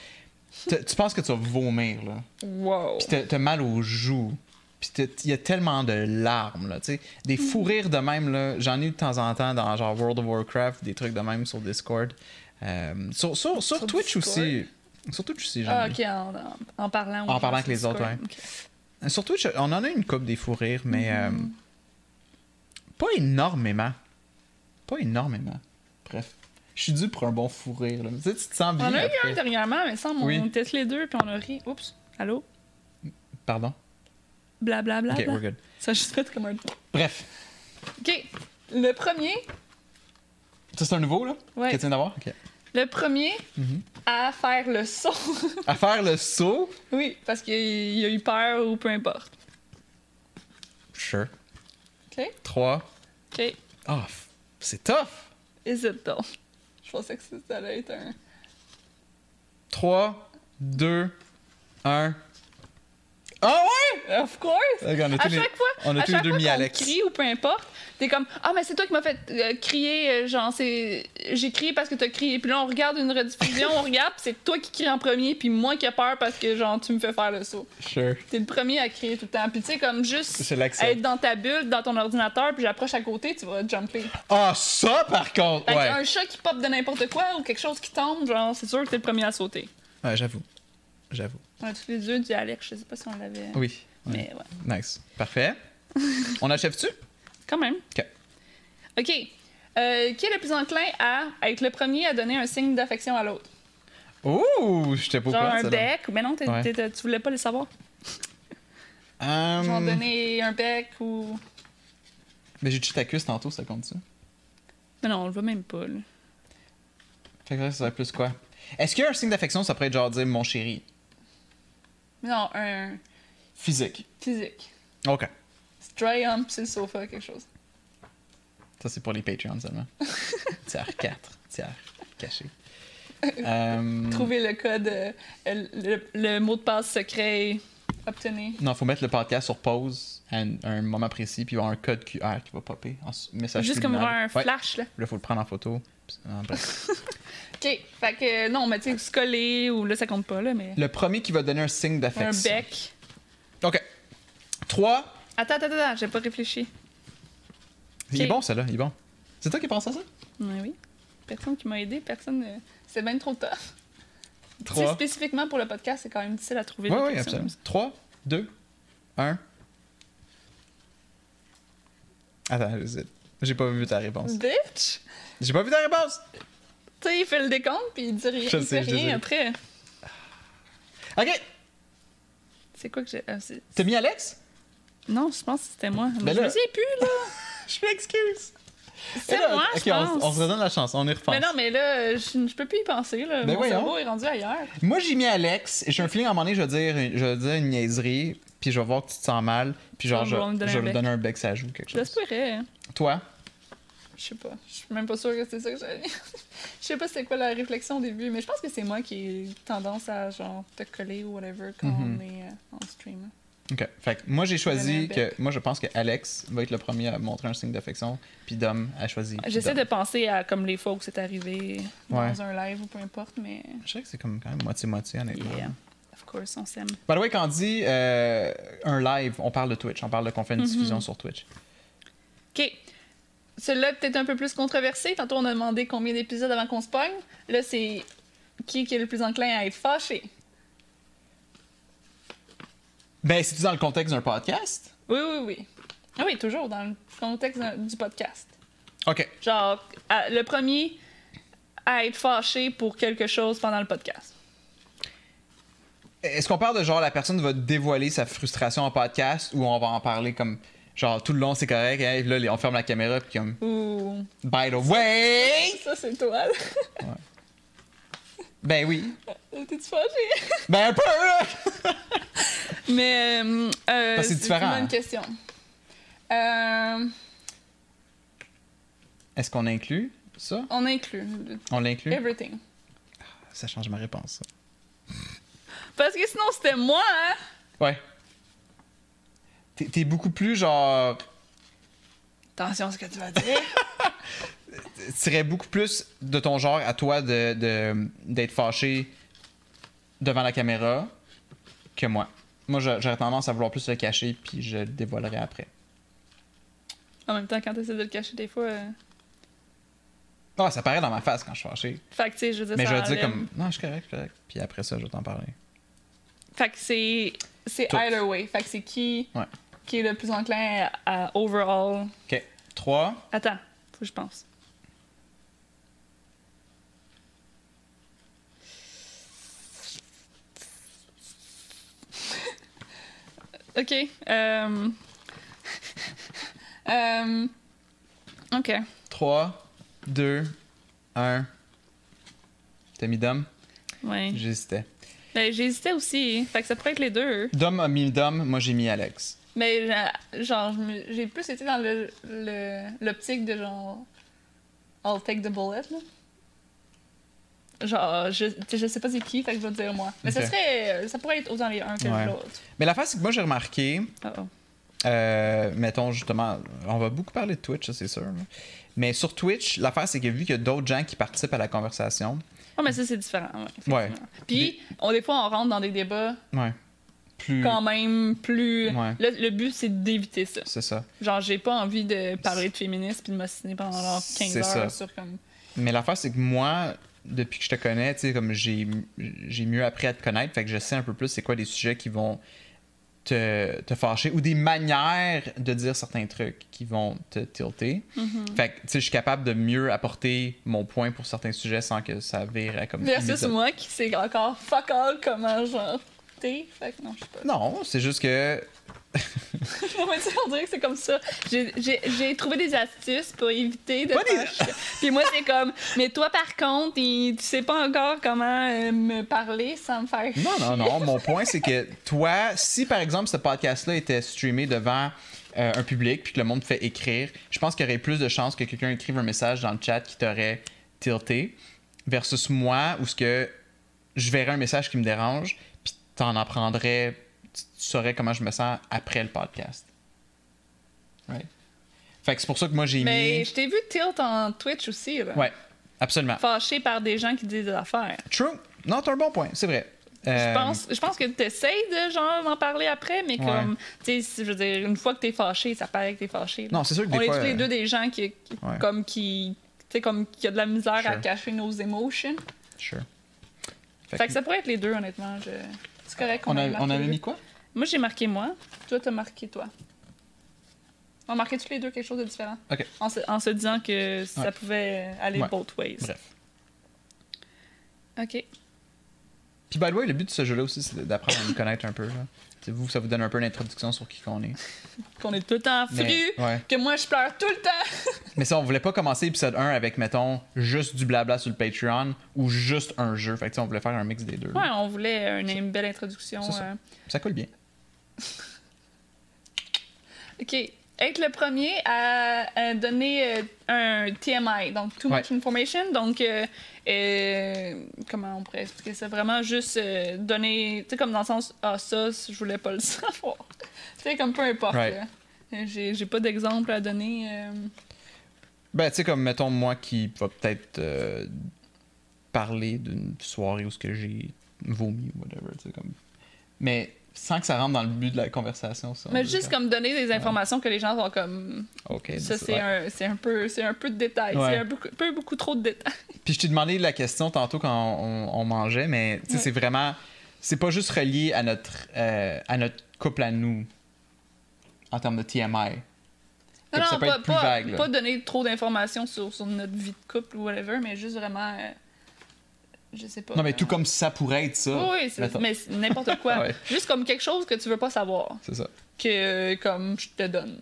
A: t- tu penses que tu vas vomir, là.
B: Wow.
A: Puis t'as- t'as mal aux joues. Puis t'as- il y a tellement de larmes, là, tu sais.
B: Mm.
A: Des fous rires de même, là, j'en ai eu de temps en temps dans genre World of Warcraft, des trucs de même sur Discord. Euh, sur, sur, sur
B: Sur
A: Twitch
B: Discord?
A: aussi. Sur Twitch aussi, j'en
B: Ah,
A: ai.
B: ok, en, en- en parlant.
A: En parlant
B: oui, sur
A: avec les autres,
B: Discord.
A: ouais.
B: Ok.
A: Sur Twitch, on en a une coupe des fous rires, mais
B: Mhm.
A: euh, pas énormément. Pas énormément. Bref. Je suis dû pour un bon fou rire, là. Tu sais, tu te sens bien
B: On a eu
A: après.
B: un dernièrement, mais semble
A: Oui.
B: on était tous les deux, puis on a ri. Oups. Allô?
A: Pardon?
B: Blablabla.
A: Ok, we're good.
B: Ça a juste fait comme un. Ok.
A: Bref.
B: Le premier.
A: Ça, c'est un nouveau, là?
B: Ouais.
A: Que tu viens d'avoir? Ok.
B: Le premier
A: Mhm.
B: à faire le saut.
A: À faire le saut?
B: oui, parce qu'il il a eu peur ou peu importe.
A: Sure.
B: Ok?
A: 3.
B: Ok.
A: Ah, f- c'est tough!
B: Is it though? Je pensais que ça ça allait être un.
A: 3, 2, 1. Ah ouais!
B: Of course!
A: Ok, on a
B: À
A: tous les-
B: chaque fois,
A: on a
B: à
A: tous les
B: chaque
A: deux
B: fois
A: mis
B: qu'on
A: Alex.
B: crie ou peu importe, t'es comme ah mais c'est toi qui m'as fait euh, crier, euh, genre c'est j'ai crié parce que t'as crié. Puis là on regarde une rediffusion, on regarde, puis c'est toi qui crie en premier, puis moi qui ai peur parce que genre tu me fais faire le saut.
A: Sure.
B: T'es le premier à crier tout le temps. Puis tu sais comme juste
A: C'est l'accent.
B: être dans ta bulle, dans ton ordinateur, puis j'approche à côté, tu vas jumper.
A: Ah, ça par contre!
B: Fait
A: Ouais.
B: qu'un chat qui pop de n'importe quoi ou quelque chose qui tombe, genre c'est sûr que t'es le premier à sauter.
A: Ouais, j'avoue. J'avoue.
B: On a tous les deux du Alex, je sais pas si on l'avait.
A: Oui. Ouais.
B: Mais ouais.
A: Nice. Parfait. on achève-tu?
B: Quand même.
A: Ok.
B: OK. Euh, qui est le plus enclin à être le premier à donner un signe d'affection à l'autre?
A: Ouh, j'étais pas au
B: Genre
A: courant de ça,
B: un
A: là.
B: bec? Mais non, t'es-
A: Ouais.
B: t'es- t'es- tu voulais pas le savoir.
A: Hum,
B: Genre donner un bec ou...
A: Mais j'ai tué ta cuisse tantôt, ça compte ça?
B: Mais non, on le voit même pas. là.
A: Fait que ça, ça serait plus quoi? Est-ce qu'il y a un signe d'affection, ça pourrait être genre dire mon chéri?
B: Mais non, un
A: Physique.
B: physique.
A: Ok.
B: Stray hump sur le sofa, quelque chose.
A: Ça, c'est pour les Patreons seulement. tiers 4. Tiers caché. Hum,
B: Trouver le code, euh, le, le mot de passe secret, obtenir.
A: Non, faut mettre le podcast sur pause à un, un moment précis, puis il va y avoir un code QR qui va popper. En s- message
B: Juste comme voir
A: subliminal.
B: un
A: Ouais.
B: flash, là.
A: Là, faut le prendre en photo. puis- ah, bref.
B: OK. Fait que euh, non, mais tu sais, se coller ou là, ça compte pas, là, mais...
A: le premier qui va donner un signe
B: Un
A: d'affection.
B: bec.
A: OK. 3.
B: Attends, attends, attends, j'ai pas réfléchi.
A: Il est
B: Ok.
A: bon, celui-là. Il est bon. C'est toi qui penses à ça?
B: Oui, oui. Personne qui m'a aidé, personne. euh, C'est bien trop tard. Tu sais,
A: 3.
B: spécifiquement pour le podcast, c'est quand même difficile à trouver.
A: Oui,
B: des
A: oui,
B: questions
A: absolument.
B: comme ça.
A: 3, 2, 1. Attends, j'hésite. J'ai pas vu ta réponse.
B: Mm. Bitch!
A: J'ai pas vu ta réponse!
B: Tu sais, il fait le décompte puis il dit rien.
A: Je
B: il
A: sais,
B: fait
A: je
B: rien
A: sais.
B: après.
A: OK.
B: C'est quoi que j'ai. ah, c'est-
A: T'as mis Alex?
B: non, je pense que c'était moi. Mais je
A: Ben là-
B: me souviens plus, là.
A: Je m'excuse. Et
B: C'était
A: Eh là,
B: moi,
A: OK,
B: je
A: on-
B: pense.
A: On, se redonne la chance. On y repense.
B: mais non, mais là, je, je peux plus y penser, là.
A: Ben
B: Mon
A: voyons.
B: cerveau est rendu ailleurs.
A: Moi, j'ai mis Alex. J'ai un feeling à un moment donné, je vais dire, une- je vais dire une niaiserie, puis je vais voir que tu te sens mal, puis genre,
B: Je
A: je,
B: vais me
A: je
B: donner un
A: vais lui
B: bec.
A: donner un bec, ça joue quelque chose.
B: J'espérais. hein.
A: Toi,
B: Je sais pas. Je suis même pas sûre que c'est ça que j'allais. Je sais pas c'était quoi la réflexion au début, mais je pense que c'est moi qui ai tendance à, genre, te coller ou whatever quand
A: Mhm.
B: on est euh, en stream.
A: ok. Fait que moi, j'ai choisi
B: Donner un
A: que.
B: bec.
A: Moi, je pense que Alex va être le premier à montrer un signe d'affection, puis Dom a choisi.
B: J'essaie de
A: Dom.
B: penser à comme les fois où c'est arrivé
A: Ouais.
B: dans un live ou peu importe, mais
A: Je sais que c'est comme quand même moitié-moitié, honnêtement.
B: yeah, of course, on s'aime.
A: By the way, quand on dit euh, un live, on parle de Twitch, on parle de qu'on fait une
B: Mm-hmm.
A: diffusion sur Twitch.
B: OK. Celui-là, peut-être un peu plus controversé. Tantôt, on a demandé combien d'épisodes avant qu'on se pogne. Là, c'est qui qui est le plus enclin à être fâché.
A: Ben, c'est-tu dans le contexte d'un podcast?
B: Oui, oui, oui. Ah oui, toujours dans le contexte d'un- du podcast.
A: Ok.
B: Genre, à- le premier à être fâché pour quelque chose pendant le podcast.
A: Est-ce qu'on parle de genre la personne va dévoiler sa frustration en podcast ou on va en parler comme genre tout le long c'est correct, hein, puis là on ferme la caméra puis comme
B: Ou.
A: by the way.
B: Ça, c'est toi, là.
A: Ben oui.
B: T'es-tu fâché?
A: Ben un peu. là!
B: Mais. euh, euh,
A: Parce que c'est différent,
B: une
A: hein.
B: bonne question. Euh,
A: Est-ce qu'on inclut ça
B: on inclut.
A: On l'inclut
B: Everything.
A: Ça change ma réponse. ça.
B: Parce que sinon, c'était moi, hein?
A: Ouais. T'es- T'es beaucoup plus genre
B: Attention à ce que tu vas dire.
A: serait beaucoup plus de ton genre à toi de, de- d'être fâché devant la caméra que moi. Moi, j'a- j'aurais tendance à vouloir plus le cacher, puis je le dévoilerai après.
B: en même temps, quand t'essaies de le cacher, des fois. euh,
A: Ah, ça paraît dans ma face quand je suis fâché.
B: Fait que, tu sais, je veux dire,
A: Mais
B: ça
A: je vais dire
B: enlève.
A: comme, non, je suis correct, je suis correct. Puis après ça, je vais t'en parler.
B: Fait que c'est. C'est
A: Tout.
B: either way. Fait que c'est qui.
A: Ouais.
B: Qui est le plus enclin à, à overall.
A: OK. 3.
B: Attends, faut que je pense. ok. euh, euh, ok.
A: 3, 2, 1. T'as mis Dom?
B: Ouais.
A: J'hésitais.
B: Ben, J'hésitais aussi. Fait que ça pourrait être les deux.
A: Dom a mis Dom, moi j'ai mis Alex.
B: Mais j'a- genre, je me- j'ai plus été dans le- le- l'optique de genre. I'll take the bullet, là. Genre, je, tu sais, je sais pas c'est qui, fait que je vais dire moi. Mais ça
A: Ok.
B: serait. euh, Ça pourrait être autant les uns que
A: Ouais.
B: l'autre.
A: Mais la face, c'est que moi j'ai remarqué,
B: Oh oh.
A: Euh, mettons justement, on va beaucoup parler de Twitch, ça c'est sûr. là. Mais sur Twitch, l'affaire c'est que vu qu'il y a d'autres gens qui participent à la conversation,
B: Ah, mais ça, c'est différent. Ouais.
A: Ouais.
B: effectivement. Puis, on, des fois, on rentre dans des débats
A: ouais, plus.
B: quand même plus.
A: Mm. Ouais.
B: Là, le but, c'est d'éviter ça.
A: C'est ça.
B: Genre, j'ai pas envie de parler de féminisme puis de m'assiner pendant genre 15
A: C'est ça.
B: heures sur comme.
A: Mais l'affaire c'est que moi, depuis que je te connais, tu sais, comme j'ai j'ai mieux appris à te connaître, fait que je sais un peu plus c'est quoi des sujets qui vont te, te fâcher ou des manières de dire certains trucs qui vont te tilter. Fait que tu sais, je suis capable de mieux apporter mon point pour certains sujets sans que ça vire à comme.
B: Versus
A: immédiat-
B: moi qui sais encore fuck all comment genre t'es. Fait que non, je sais pas.
A: Non, c'est juste que
B: Non, mais tu sais, on dirait que c'est comme ça. J'ai- J'ai j'ai trouvé des astuces pour éviter de
A: Pas des-
B: faire chier. Puis moi, c'est comme, mais toi, par contre, il- tu sais pas encore comment euh, me parler sans me faire chier.
A: Non, non, non. Mon point, c'est que toi, si par exemple ce podcast-là était streamé devant euh, un public puis que le monde fait écrire, je pense qu'il y aurait plus de chances que quelqu'un écrive un message dans le chat qui t'aurait tilté versus moi où ce que je verrais un message qui me dérange puis t'en apprendrais, tu tu saurais comment je me sens après le podcast. Right? Fait que c'est pour ça que moi j'ai
B: Mais
A: mis.
B: je t'ai vu tilt en Twitch aussi, là.
A: Ouais, absolument.
B: Fâché par des gens qui disent des affaires.
A: True. Non, t'as un bon point, c'est vrai.
B: Je
A: Euh,
B: pense, je pense que t'essayes de genre m'en parler après, mais comme, tu sais, je veux dire, une fois que t'es fâché, ça paraît que t'es fâché. là.
A: Non, c'est sûr que des
B: On est
A: fois,
B: tous les
A: euh,
B: deux des gens qui, qui-
A: Ouais.
B: comme qui, tu sais, comme qui a de la misère à
A: Sure.
B: cacher nos émotions.
A: Sure.
B: Fait que ça pourrait être les deux, honnêtement. Je... C'est correct.
A: On,
B: ait
A: a-
B: marqué
A: on avait
B: les
A: mis
B: deux.
A: quoi?
B: Moi, j'ai marqué moi. Toi, t'as marqué toi. On marquait tous les deux quelque chose de différent.
A: Ok.
B: En se, en se disant que
A: Ouais.
B: ça pouvait aller
A: Ouais.
B: both ways.
A: Bref.
B: OK.
A: Puis, by the way, le but de ce jeu-là aussi, c'est d'apprendre à nous connaître un peu. Là. C'est vous, ça vous donne un peu l'introduction sur qui qu'on est.
B: Qu'on est tout le temps fru.
A: Mais, ouais.
B: Que moi, je pleure tout le temps.
A: Mais si on voulait pas commencer épisode 1 avec, mettons, juste du blabla sur le Patreon ou juste un jeu. Fait que, tu sais, on voulait faire un mix des deux. là.
B: ouais, on voulait une, une belle introduction.
A: C'est ça.
B: euh.
A: Ça colle bien.
B: OK. Être le premier à, à donner euh, un TMI, donc Too Much
A: Ouais.
B: Information. Donc, euh, euh, comment on pourrait expliquer ça? Vraiment juste euh, donner, tu sais, comme dans le sens, ah, ça, c- je voulais pas le savoir. tu sais, comme peu importe.
A: Right. Ah,
B: là. Euh, J'ai j'ai pas d'exemple à donner. euh.
A: Ben, tu sais, comme, mettons, moi qui va peut-être euh, parler d'une soirée où ce que j'ai vomi ou whatever, tu sais, comme. Mais sans que ça rentre dans le but de la conversation, ça. on
B: Mais
A: veut
B: juste
A: faire.
B: comme donner des informations que les gens vont comme.
A: Ok.
B: Ça,
A: dis-
B: c'est
A: ouais.
B: un, c'est un, peu- c'est un peu de détails.
A: Ouais.
B: C'est un peu, peu beaucoup trop de détails.
A: Puis je t'ai demandé la question tantôt quand on, on mangeait, mais tu sais,
B: Ouais.
A: c'est vraiment. C'est pas juste relié à notre, euh, à notre couple à nous en termes de TMI.
B: Non,
A: Comme
B: non,
A: ça peut
B: pas,
A: être plus
B: pas-
A: vague. là.
B: pas donner trop d'informations sur, sur notre vie de couple ou whatever, mais juste vraiment. euh, je sais pas.
A: Non, mais tout
B: euh,
A: comme ça pourrait être ça.
B: Oui, oui, c'est-
A: Mettons.
B: mais c'est n'importe quoi.
A: Ouais.
B: Juste comme quelque chose que tu veux pas savoir,
A: C'est ça.
B: que euh, comme je te donne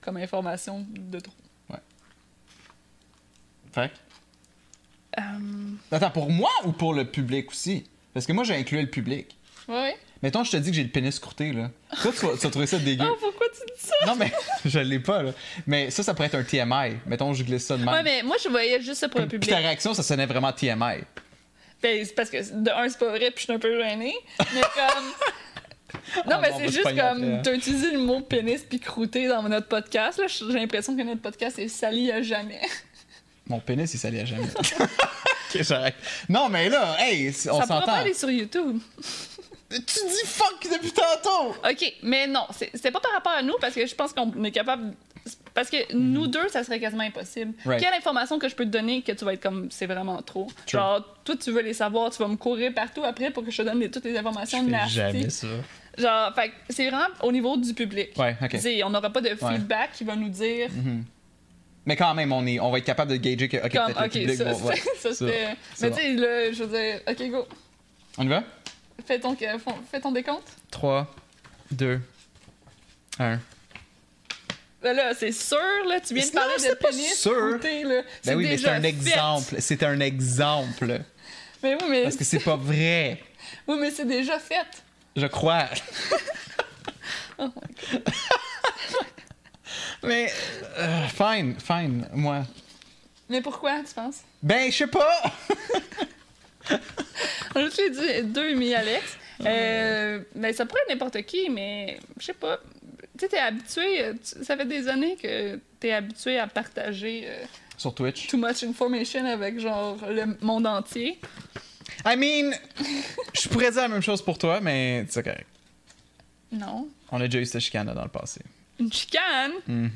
B: comme information de trop.
A: Fait. que-
B: Euh,
A: Attends, pour moi ou pour le public aussi? Parce que moi, j'ai inclus le public.
B: ouais.
A: Mettons, je te dis que j'ai le pénis courté, là. Toi, tu vas, tu vas trouver ça dégueu.
B: Oh, pourquoi tu dis ça?
A: non, mais je l'ai pas, là. Mais ça, ça pourrait être un TMI. Mettons, je glisse ça de même.
B: Ouais, mais moi, je voyais juste ça pour le
A: Puis ta
B: public.
A: réaction, ça sonnait vraiment TMI.
B: Ben, c'est parce que, de un, c'est pas vrai, puis je suis un peu gênée. Mais comme.
A: Ah
B: Non, mais
A: non, on va
B: c'est
A: se
B: juste
A: pogner après, hein.
B: comme. T'as utilisé le mot pénis puis croûté dans notre podcast. là. J'ai l'impression que notre podcast est sali à jamais.
A: Mon pénis, il s'allait à jamais. Ok, j'arrête. Non, mais là, hey, c- on
B: ça pourra pas
A: s'entend.
B: aller sur YouTube.
A: Tu dis fuck depuis tantôt!
B: OK, mais non, c'est c'est pas par rapport à nous parce que je pense qu'on est capable. Parce que nous deux, ça serait quasiment impossible.
A: Hmm. Right.
B: Quelle information que je peux te donner que tu vas être comme c'est vraiment trop?
A: True.
B: Genre, toi, tu veux les savoir, tu vas me courir partout après pour que je te donne les- toutes les informations de
A: ça.
B: Genre, fait que c'est vraiment au niveau du public.
A: Ouais, ok.
B: T'sais, on n'aura pas de
A: Ouais.
B: feedback qui va nous dire
A: Mais quand même, on, est, on va être capable de gager que. Ok,
B: comme
A: peut-être le
B: OK,
A: public
B: ça,
A: va- ouais,
B: c'est- ça,
A: ça,
B: c'était.
A: c'est
B: Mais
A: bon.
B: tu sais, là, je veux dire, OK, go,
A: On y va?
B: fais ton, euh, fon- fais ton décompte.
A: 3, 2, 1.
B: Ben là, c'est sûr, là, tu viens de
A: Non,
B: parler
A: c'est
B: de
A: pas
B: pénis.
A: sûr.
B: croûté, là.
A: Ben oui, mais c'est
B: déjà
A: un
B: fait.
A: exemple. C'est un exemple.
B: Mais oui, mais
A: Parce que c'est pas vrai.
B: Oui, mais c'est déjà fait.
A: Je crois. Oh mais. euh, fine, fine, moi.
B: Mais pourquoi, tu penses?
A: Ben, je sais pas!
B: On a tous les deux- deux mis Alex.
A: Ah.
B: Euh, mais ça pourrait être n'importe qui, mais je sais pas. Tu sais, t'es habitué, euh, tu- ça fait des années que t'es habitué à partager euh,
A: Sur Twitch.
B: too much information avec genre le monde entier.
A: I mean, je pourrais dire la même chose pour toi, mais c'est correct.
B: Non.
A: On a déjà eu cette chicane dans le passé.
B: Une chicane?
A: Hmm.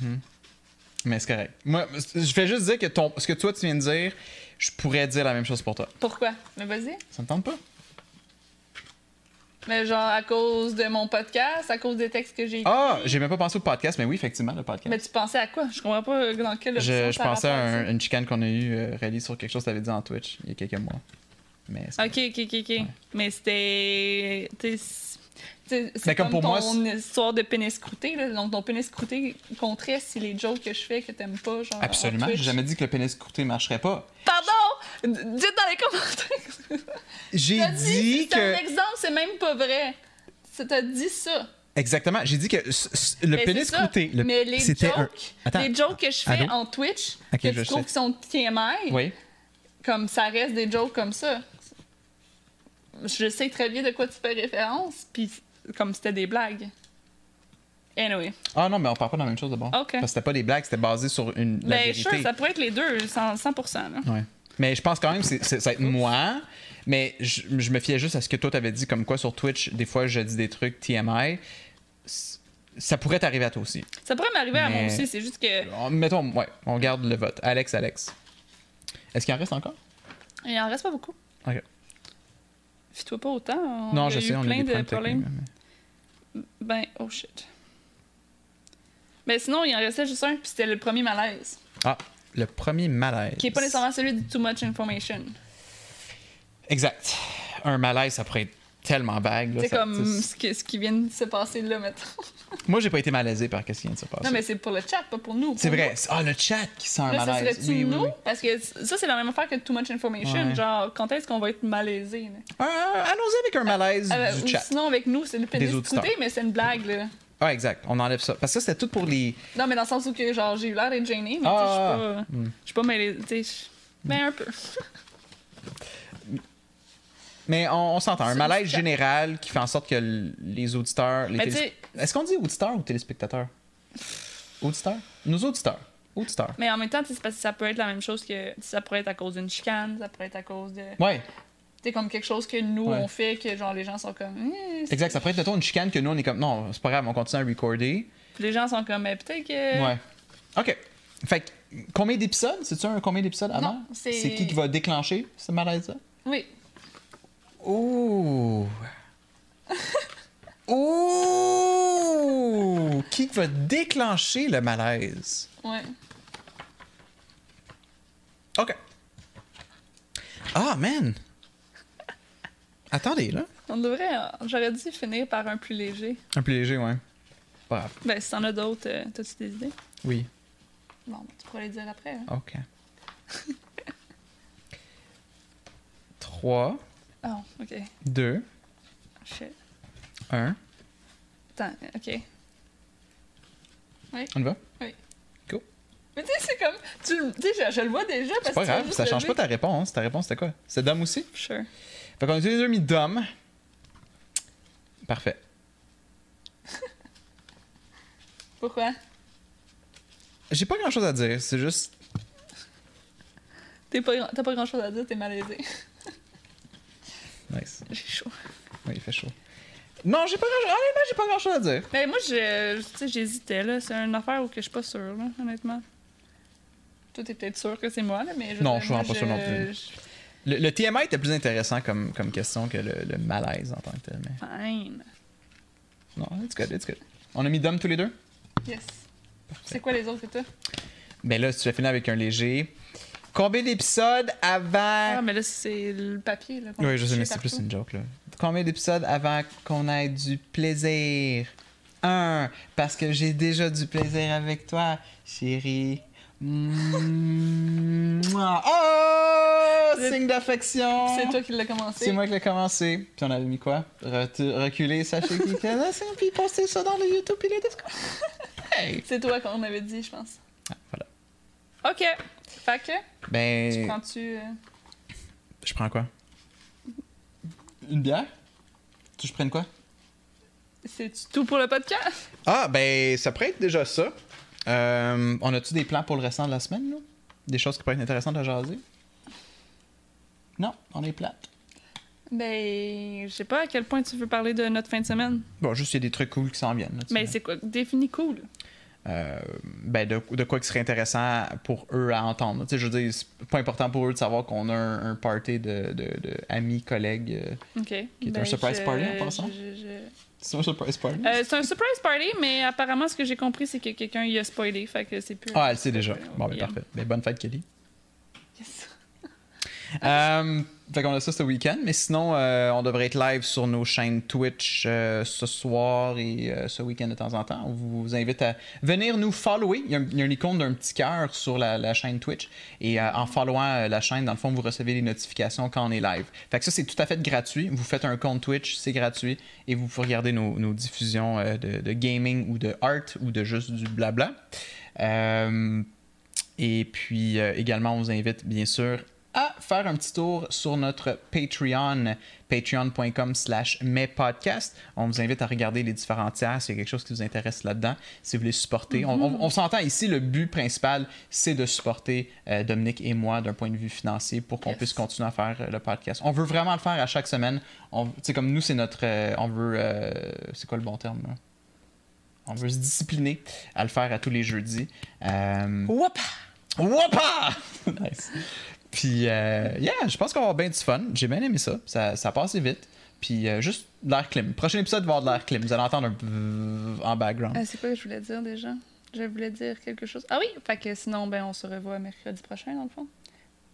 A: Mais c'est correct. Moi, je vais juste dire que ton, ce que toi tu viens de dire, je pourrais dire la même chose pour toi.
B: Pourquoi? Mais vas-y.
A: Ça me tente pas?
B: Mais genre à cause de mon podcast, à cause des textes que j'ai écrits.
A: Ah, j'ai même pas pensé au podcast, mais oui, effectivement, le podcast.
B: Mais tu pensais à quoi? Je comprends pas euh, dans quelle
A: je
B: option
A: je
B: ça
A: pensais à
B: rapporte
A: un- une chicane qu'on a eue, euh, Riley, sur quelque chose que tu avais dit en Twitch il y a quelques mois. Mais c'est-
B: Ok, ok, ok, ok. Mais c'était. t'sais, c'est- t'sais,
A: Mais
B: C'est
A: comme
B: comme,
A: pour moi,
B: ton histoire de pénis croûté. Là. Donc, ton pénis croûté contrait si les jokes que je fais que t'aimes pas. Genre, en
A: Absolument,
B: Twitch.
A: j'ai jamais dit que le pénis courté marcherait pas.
B: Pardon! D- Dites dans les commentaires.
A: J'ai
B: T'as
A: dit
B: C'est un
A: que.
B: exemple, c'est même pas vrai. Ça T'as dit ça.
A: Exactement, j'ai dit que s- s- le
B: Mais Ben, c'est
A: pénis
B: ça.
A: croûté. le-
B: Mais les
A: c'était
B: jokes,
A: un- Attends.
B: les jokes que je fais
A: Allô?
B: en Twitch,
A: Ok,
B: que
A: je
B: tu trouves
A: sais.
B: qui sont TMI,
A: Oui.
B: comme ça reste des jokes comme ça. Je sais très bien de quoi tu fais référence, puis comme c'était des blagues. Anyway.
A: Ah non, mais on parle pas de la même chose d'abord.
B: Ok.
A: Parce que c'était pas des blagues, c'était basé sur une. la
B: Ben,
A: vérité.
B: sure, ça pourrait être les deux, 100%. 100% là.
A: Ouais. Mais je pense quand même que c'est- c'est- ça va être moi, mais je, je me fiais juste à ce que toi t'avais dit, comme quoi sur Twitch, des fois je dis des trucs TMI. S- Ça pourrait t'arriver à toi aussi.
B: Ça pourrait m'arriver à moi
A: Mais-
B: aussi, c'est juste que.
A: On- mettons, ouais, on garde le vote. Alex, Alex. Est-ce qu'il en reste encore?
B: Il en reste pas beaucoup.
A: Ok.
B: Fis-toi pas autant. on
A: non,
B: a
A: je
B: eu
A: sais, on a
B: plein
A: des
B: de
A: problèmes.
B: problèmes.
A: techniques,
B: Ben, oh shit. Ben, sinon, il en restait juste un, puis c'était le premier malaise,
A: mais- Ah, le premier malaise.
B: qui est pas nécessairement celui du too much information.
A: Exact. Un malaise, ça pourrait être tellement vague. là,
B: C'est
A: ça-
B: comme
A: c'est-
B: ce, que- ce qui vient de se passer là, maintenant.
A: Moi, j'ai pas été malaisé par qu'est-ce qui vient de se passer.
B: Non, mais c'est pour le chat, pas pour nous.
A: C'est
B: Pour
A: vrai. C'est- Ah, le chat qui sent un
B: Là, ça
A: malaise.
B: serait-tu
A: Oui, oui,
B: nous?
A: oui.
B: Parce que ça, c'est la même affaire que too much information.
A: Ouais.
B: Genre, quand est-ce qu'on va être malaisé? là?
A: Un- un- Ah, Allons-y avec un malaise
B: Ah, ben,
A: du
B: ou
A: chat.
B: sinon, avec nous, c'est le pénis
A: auditeurs.
B: coûté, mais c'est une blague, là.
A: Ah, exact. On enlève ça. Parce que ça, c'était tout pour les.
B: Non, mais dans le sens où que, genre, j'ai eu l'air d'être gênée, mais tu sais,
A: Ah,
B: je suis pas... Je suis pas mêlée, tu sais, je- Mais un peu.
A: Mais on, on s'entend. Un
B: C'est
A: malaise
B: du chat.
A: général qui fait en sorte que l- les auditeurs. Les
B: Mais
A: télés- Est-ce qu'on dit auditeurs ou téléspectateurs Auditeurs Nos auditeurs. Auditeurs.
B: Mais en même temps, tu sais, c'est parce que ça peut être la même chose que... tu sais, Ça pourrait être à cause d'une chicane, ça pourrait être à cause de...
A: Ouais,
B: Tu sais, comme quelque chose que nous,
A: Ouais.
B: on fait, que, genre, les gens sont comme... Hmm, c'est-
A: exact. Ça pourrait être mettons, une chicane que nous, on est comme. Non, c'est pas grave, on continue à recorder.
B: Puis Les gens sont comme, mais peut-être que...
A: Ouais. OK. Fait que, combien d'épisodes C'est-tu un combien d'épisodes avant
B: c'est-
A: qui qui va déclencher ce malaise-là
B: Oui.
A: Ouh. Ouh. qui va déclencher le malaise.
B: Ouais.
A: OK. Ah, man! Attendez, là.
B: On devrait. euh, J'aurais dû finir par un plus léger.
A: Un plus léger, ouais. Pas grave.
B: Ben, si t'en as d'autres, euh, t'as-tu des idées?
A: Oui.
B: Bon, ben, tu pourras les dire après. hein.
A: OK. 3,
B: Ah, ok.
A: 2,
B: Shit.
A: 1.
B: Attends, ok.
A: On y va?
B: Mais tu sais, c'est comme. Tu le- tu sais, je, je le vois déjà parce
A: C'est
B: que.
A: pas
B: tu vas
A: grave,
B: juste
A: ça change
B: lever.
A: pas ta réponse. Ta réponse, c'était quoi? C'est dame aussi?
B: Sure.
A: Fait qu'on a tous les deux mis dame. Parfait.
B: Pourquoi?
A: J'ai pas grand chose à dire, c'est juste.
B: T'es pas grand- T'as pas grand chose à dire, t'es malaisé.
A: Nice.
B: J'ai chaud.
A: Ouais, il fait chaud. Non, j'ai pas grand chose. Honnêtement, j'ai pas grand chose à dire.
B: Ben, moi, je, tu sais, j'hésitais, là. C'est une affaire où que je suis pas sûre, là, honnêtement. Toi, t'es peut-être sûr que c'est moi, là, mais je.
A: Non,
B: moi,
A: je suis vraiment pas sûre non plus.
B: je-
A: Le, le TMI était plus intéressant comme, comme question que le, le malaise en tant que tel. Mais...
B: Fine.
A: Non, it's good, it's good. On a mis dame tous les deux?
B: Yes. C'est quoi les autres que t'as?
A: Ben là, si tu vas finir avec un léger. Combien d'épisodes avant.
B: Ah, mais là, c'est le papier, là. qu'on
A: Oui, je sais,
B: touche
A: mais c'est
B: partout.
A: plus une joke, là. Combien d'épisodes avant qu'on ait du plaisir? Un, parce que j'ai déjà du plaisir avec toi, chérie. Mm. Mouah. oh!
B: C'est-
A: Signe d'affection!
B: C'est toi qui l'as commencé.
A: C'est moi qui l'ai commencé. Puis on avait mis quoi? Retu- reculer, sachez qui que là, c'est- puis poster ça dans le YouTube et le Discord. Hey!
B: C'est toi qu'on avait dit, je pense.
A: Ah, voilà.
B: OK. Fait que, tu
A: Ben,
B: prends-tu... euh,
A: je prends quoi? Une bière? Tu je prenne quoi?
B: C'est tout pour le podcast?
A: Ah, ben, ça pourrait être déjà ça. Euh, on a-tu des plans pour le restant de la semaine, là? Des choses qui pourraient être intéressantes à jaser? Non, on est plate.
B: Ben, je sais pas à quel point tu veux parler de notre fin de semaine.
A: Bon, juste, il y a des trucs cool qui s'en viennent. là, tu
B: Mais
A: sais.
B: Ben, c'est quoi? Définis cool.
A: Euh, ben, de, de quoi qui serait intéressant pour eux à entendre. là. Tu sais, je veux dire, c'est pas important pour eux de savoir qu'on a un, un party de, de- de amis, collègues. euh,
B: OK. Ben,
A: est un surprise party, en passant.
B: je- je-
A: C'est un surprise party?
B: Euh, c'est un surprise party, mais apparemment, ce que j'ai compris, c'est que quelqu'un y a spoilé. Fait que c'est plus.
A: ah, elle sait déjà. Bon, ben,
B: Yeah.
A: parfait. Ben, bonne fête, Kelly.
B: Yes.
A: Euh, fait qu'on a ça ce week-end, mais sinon, euh, on devrait être live sur nos chaînes Twitch euh, ce soir et euh, ce week-end de temps en temps. On vous invite à venir nous follower. Il y a, un- il y a une icône d'un petit cœur sur la, la chaîne Twitch. Et euh, en followant euh, la chaîne, dans le fond, vous recevez les notifications quand on est live. Fait que ça, c'est tout à fait gratuit. Vous faites un compte Twitch, c'est gratuit. Et vous pouvez regarder nos, nos diffusions euh, de, de gaming ou de art ou de juste du blabla. Euh, et puis euh, également, on vous invite bien sûr à faire un petit tour sur notre Patreon, patreon.com slash mespodcasts. On vous invite à regarder les différents tiers s'il y a quelque chose qui vous intéresse là-dedans, si vous voulez supporter. On- On, on s'entend ici, le but principal, c'est de supporter euh, Dominique et moi d'un point de vue financier pour qu'on
B: Yes.
A: puisse continuer à faire euh, le podcast. On veut vraiment le faire à chaque semaine. On- Tu sais, comme nous, c'est notre... euh, on veut... euh, c'est quoi le bon terme? là? On veut se discipliner à le faire à tous les jeudis. Euh,
B: Whoop!
A: Whoppa! nice. Puis, euh, yeah, je pense qu'on va avoir bien du fun. J'ai bien aimé ça. Ça, ça a passé vite. Puis, euh, juste de l'air clim. Prochain épisode va avoir de l'air clim. Vous allez entendre un bzzz en background.
B: Euh, c'est quoi que je voulais dire déjà? Je voulais dire quelque chose. Ah oui! Fait que sinon, ben, on se revoit mercredi prochain, dans le fond.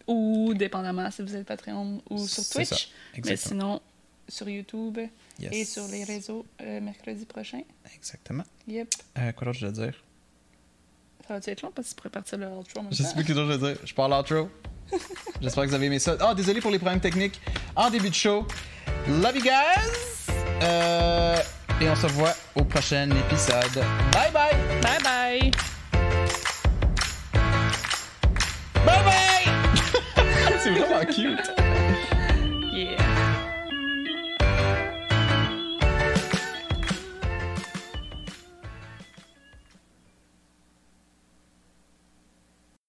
B: Ou dépendamment si vous êtes Patreon ou sur
A: C'est
B: Twitch.
A: ça,
B: Mais
A: Exactement.
B: sinon, sur YouTube
A: Yes.
B: et sur les réseaux euh, mercredi prochain.
A: Exactement.
B: Yep.
A: Euh, quoi d'autre je dois dire?
B: Ça va-tu être long parce que tu pourrais partir le outro en même
A: Je
B: temps?
A: sais plus que je dois dire. Je parle outro. J'espère que vous avez aimé ça. Ah, désolé pour les problèmes techniques en début de show. Love you guys! Euh, et on se voit au prochain épisode. Bye bye!
B: Bye bye!
A: Bye bye! C'est vraiment cute.
B: Yeah!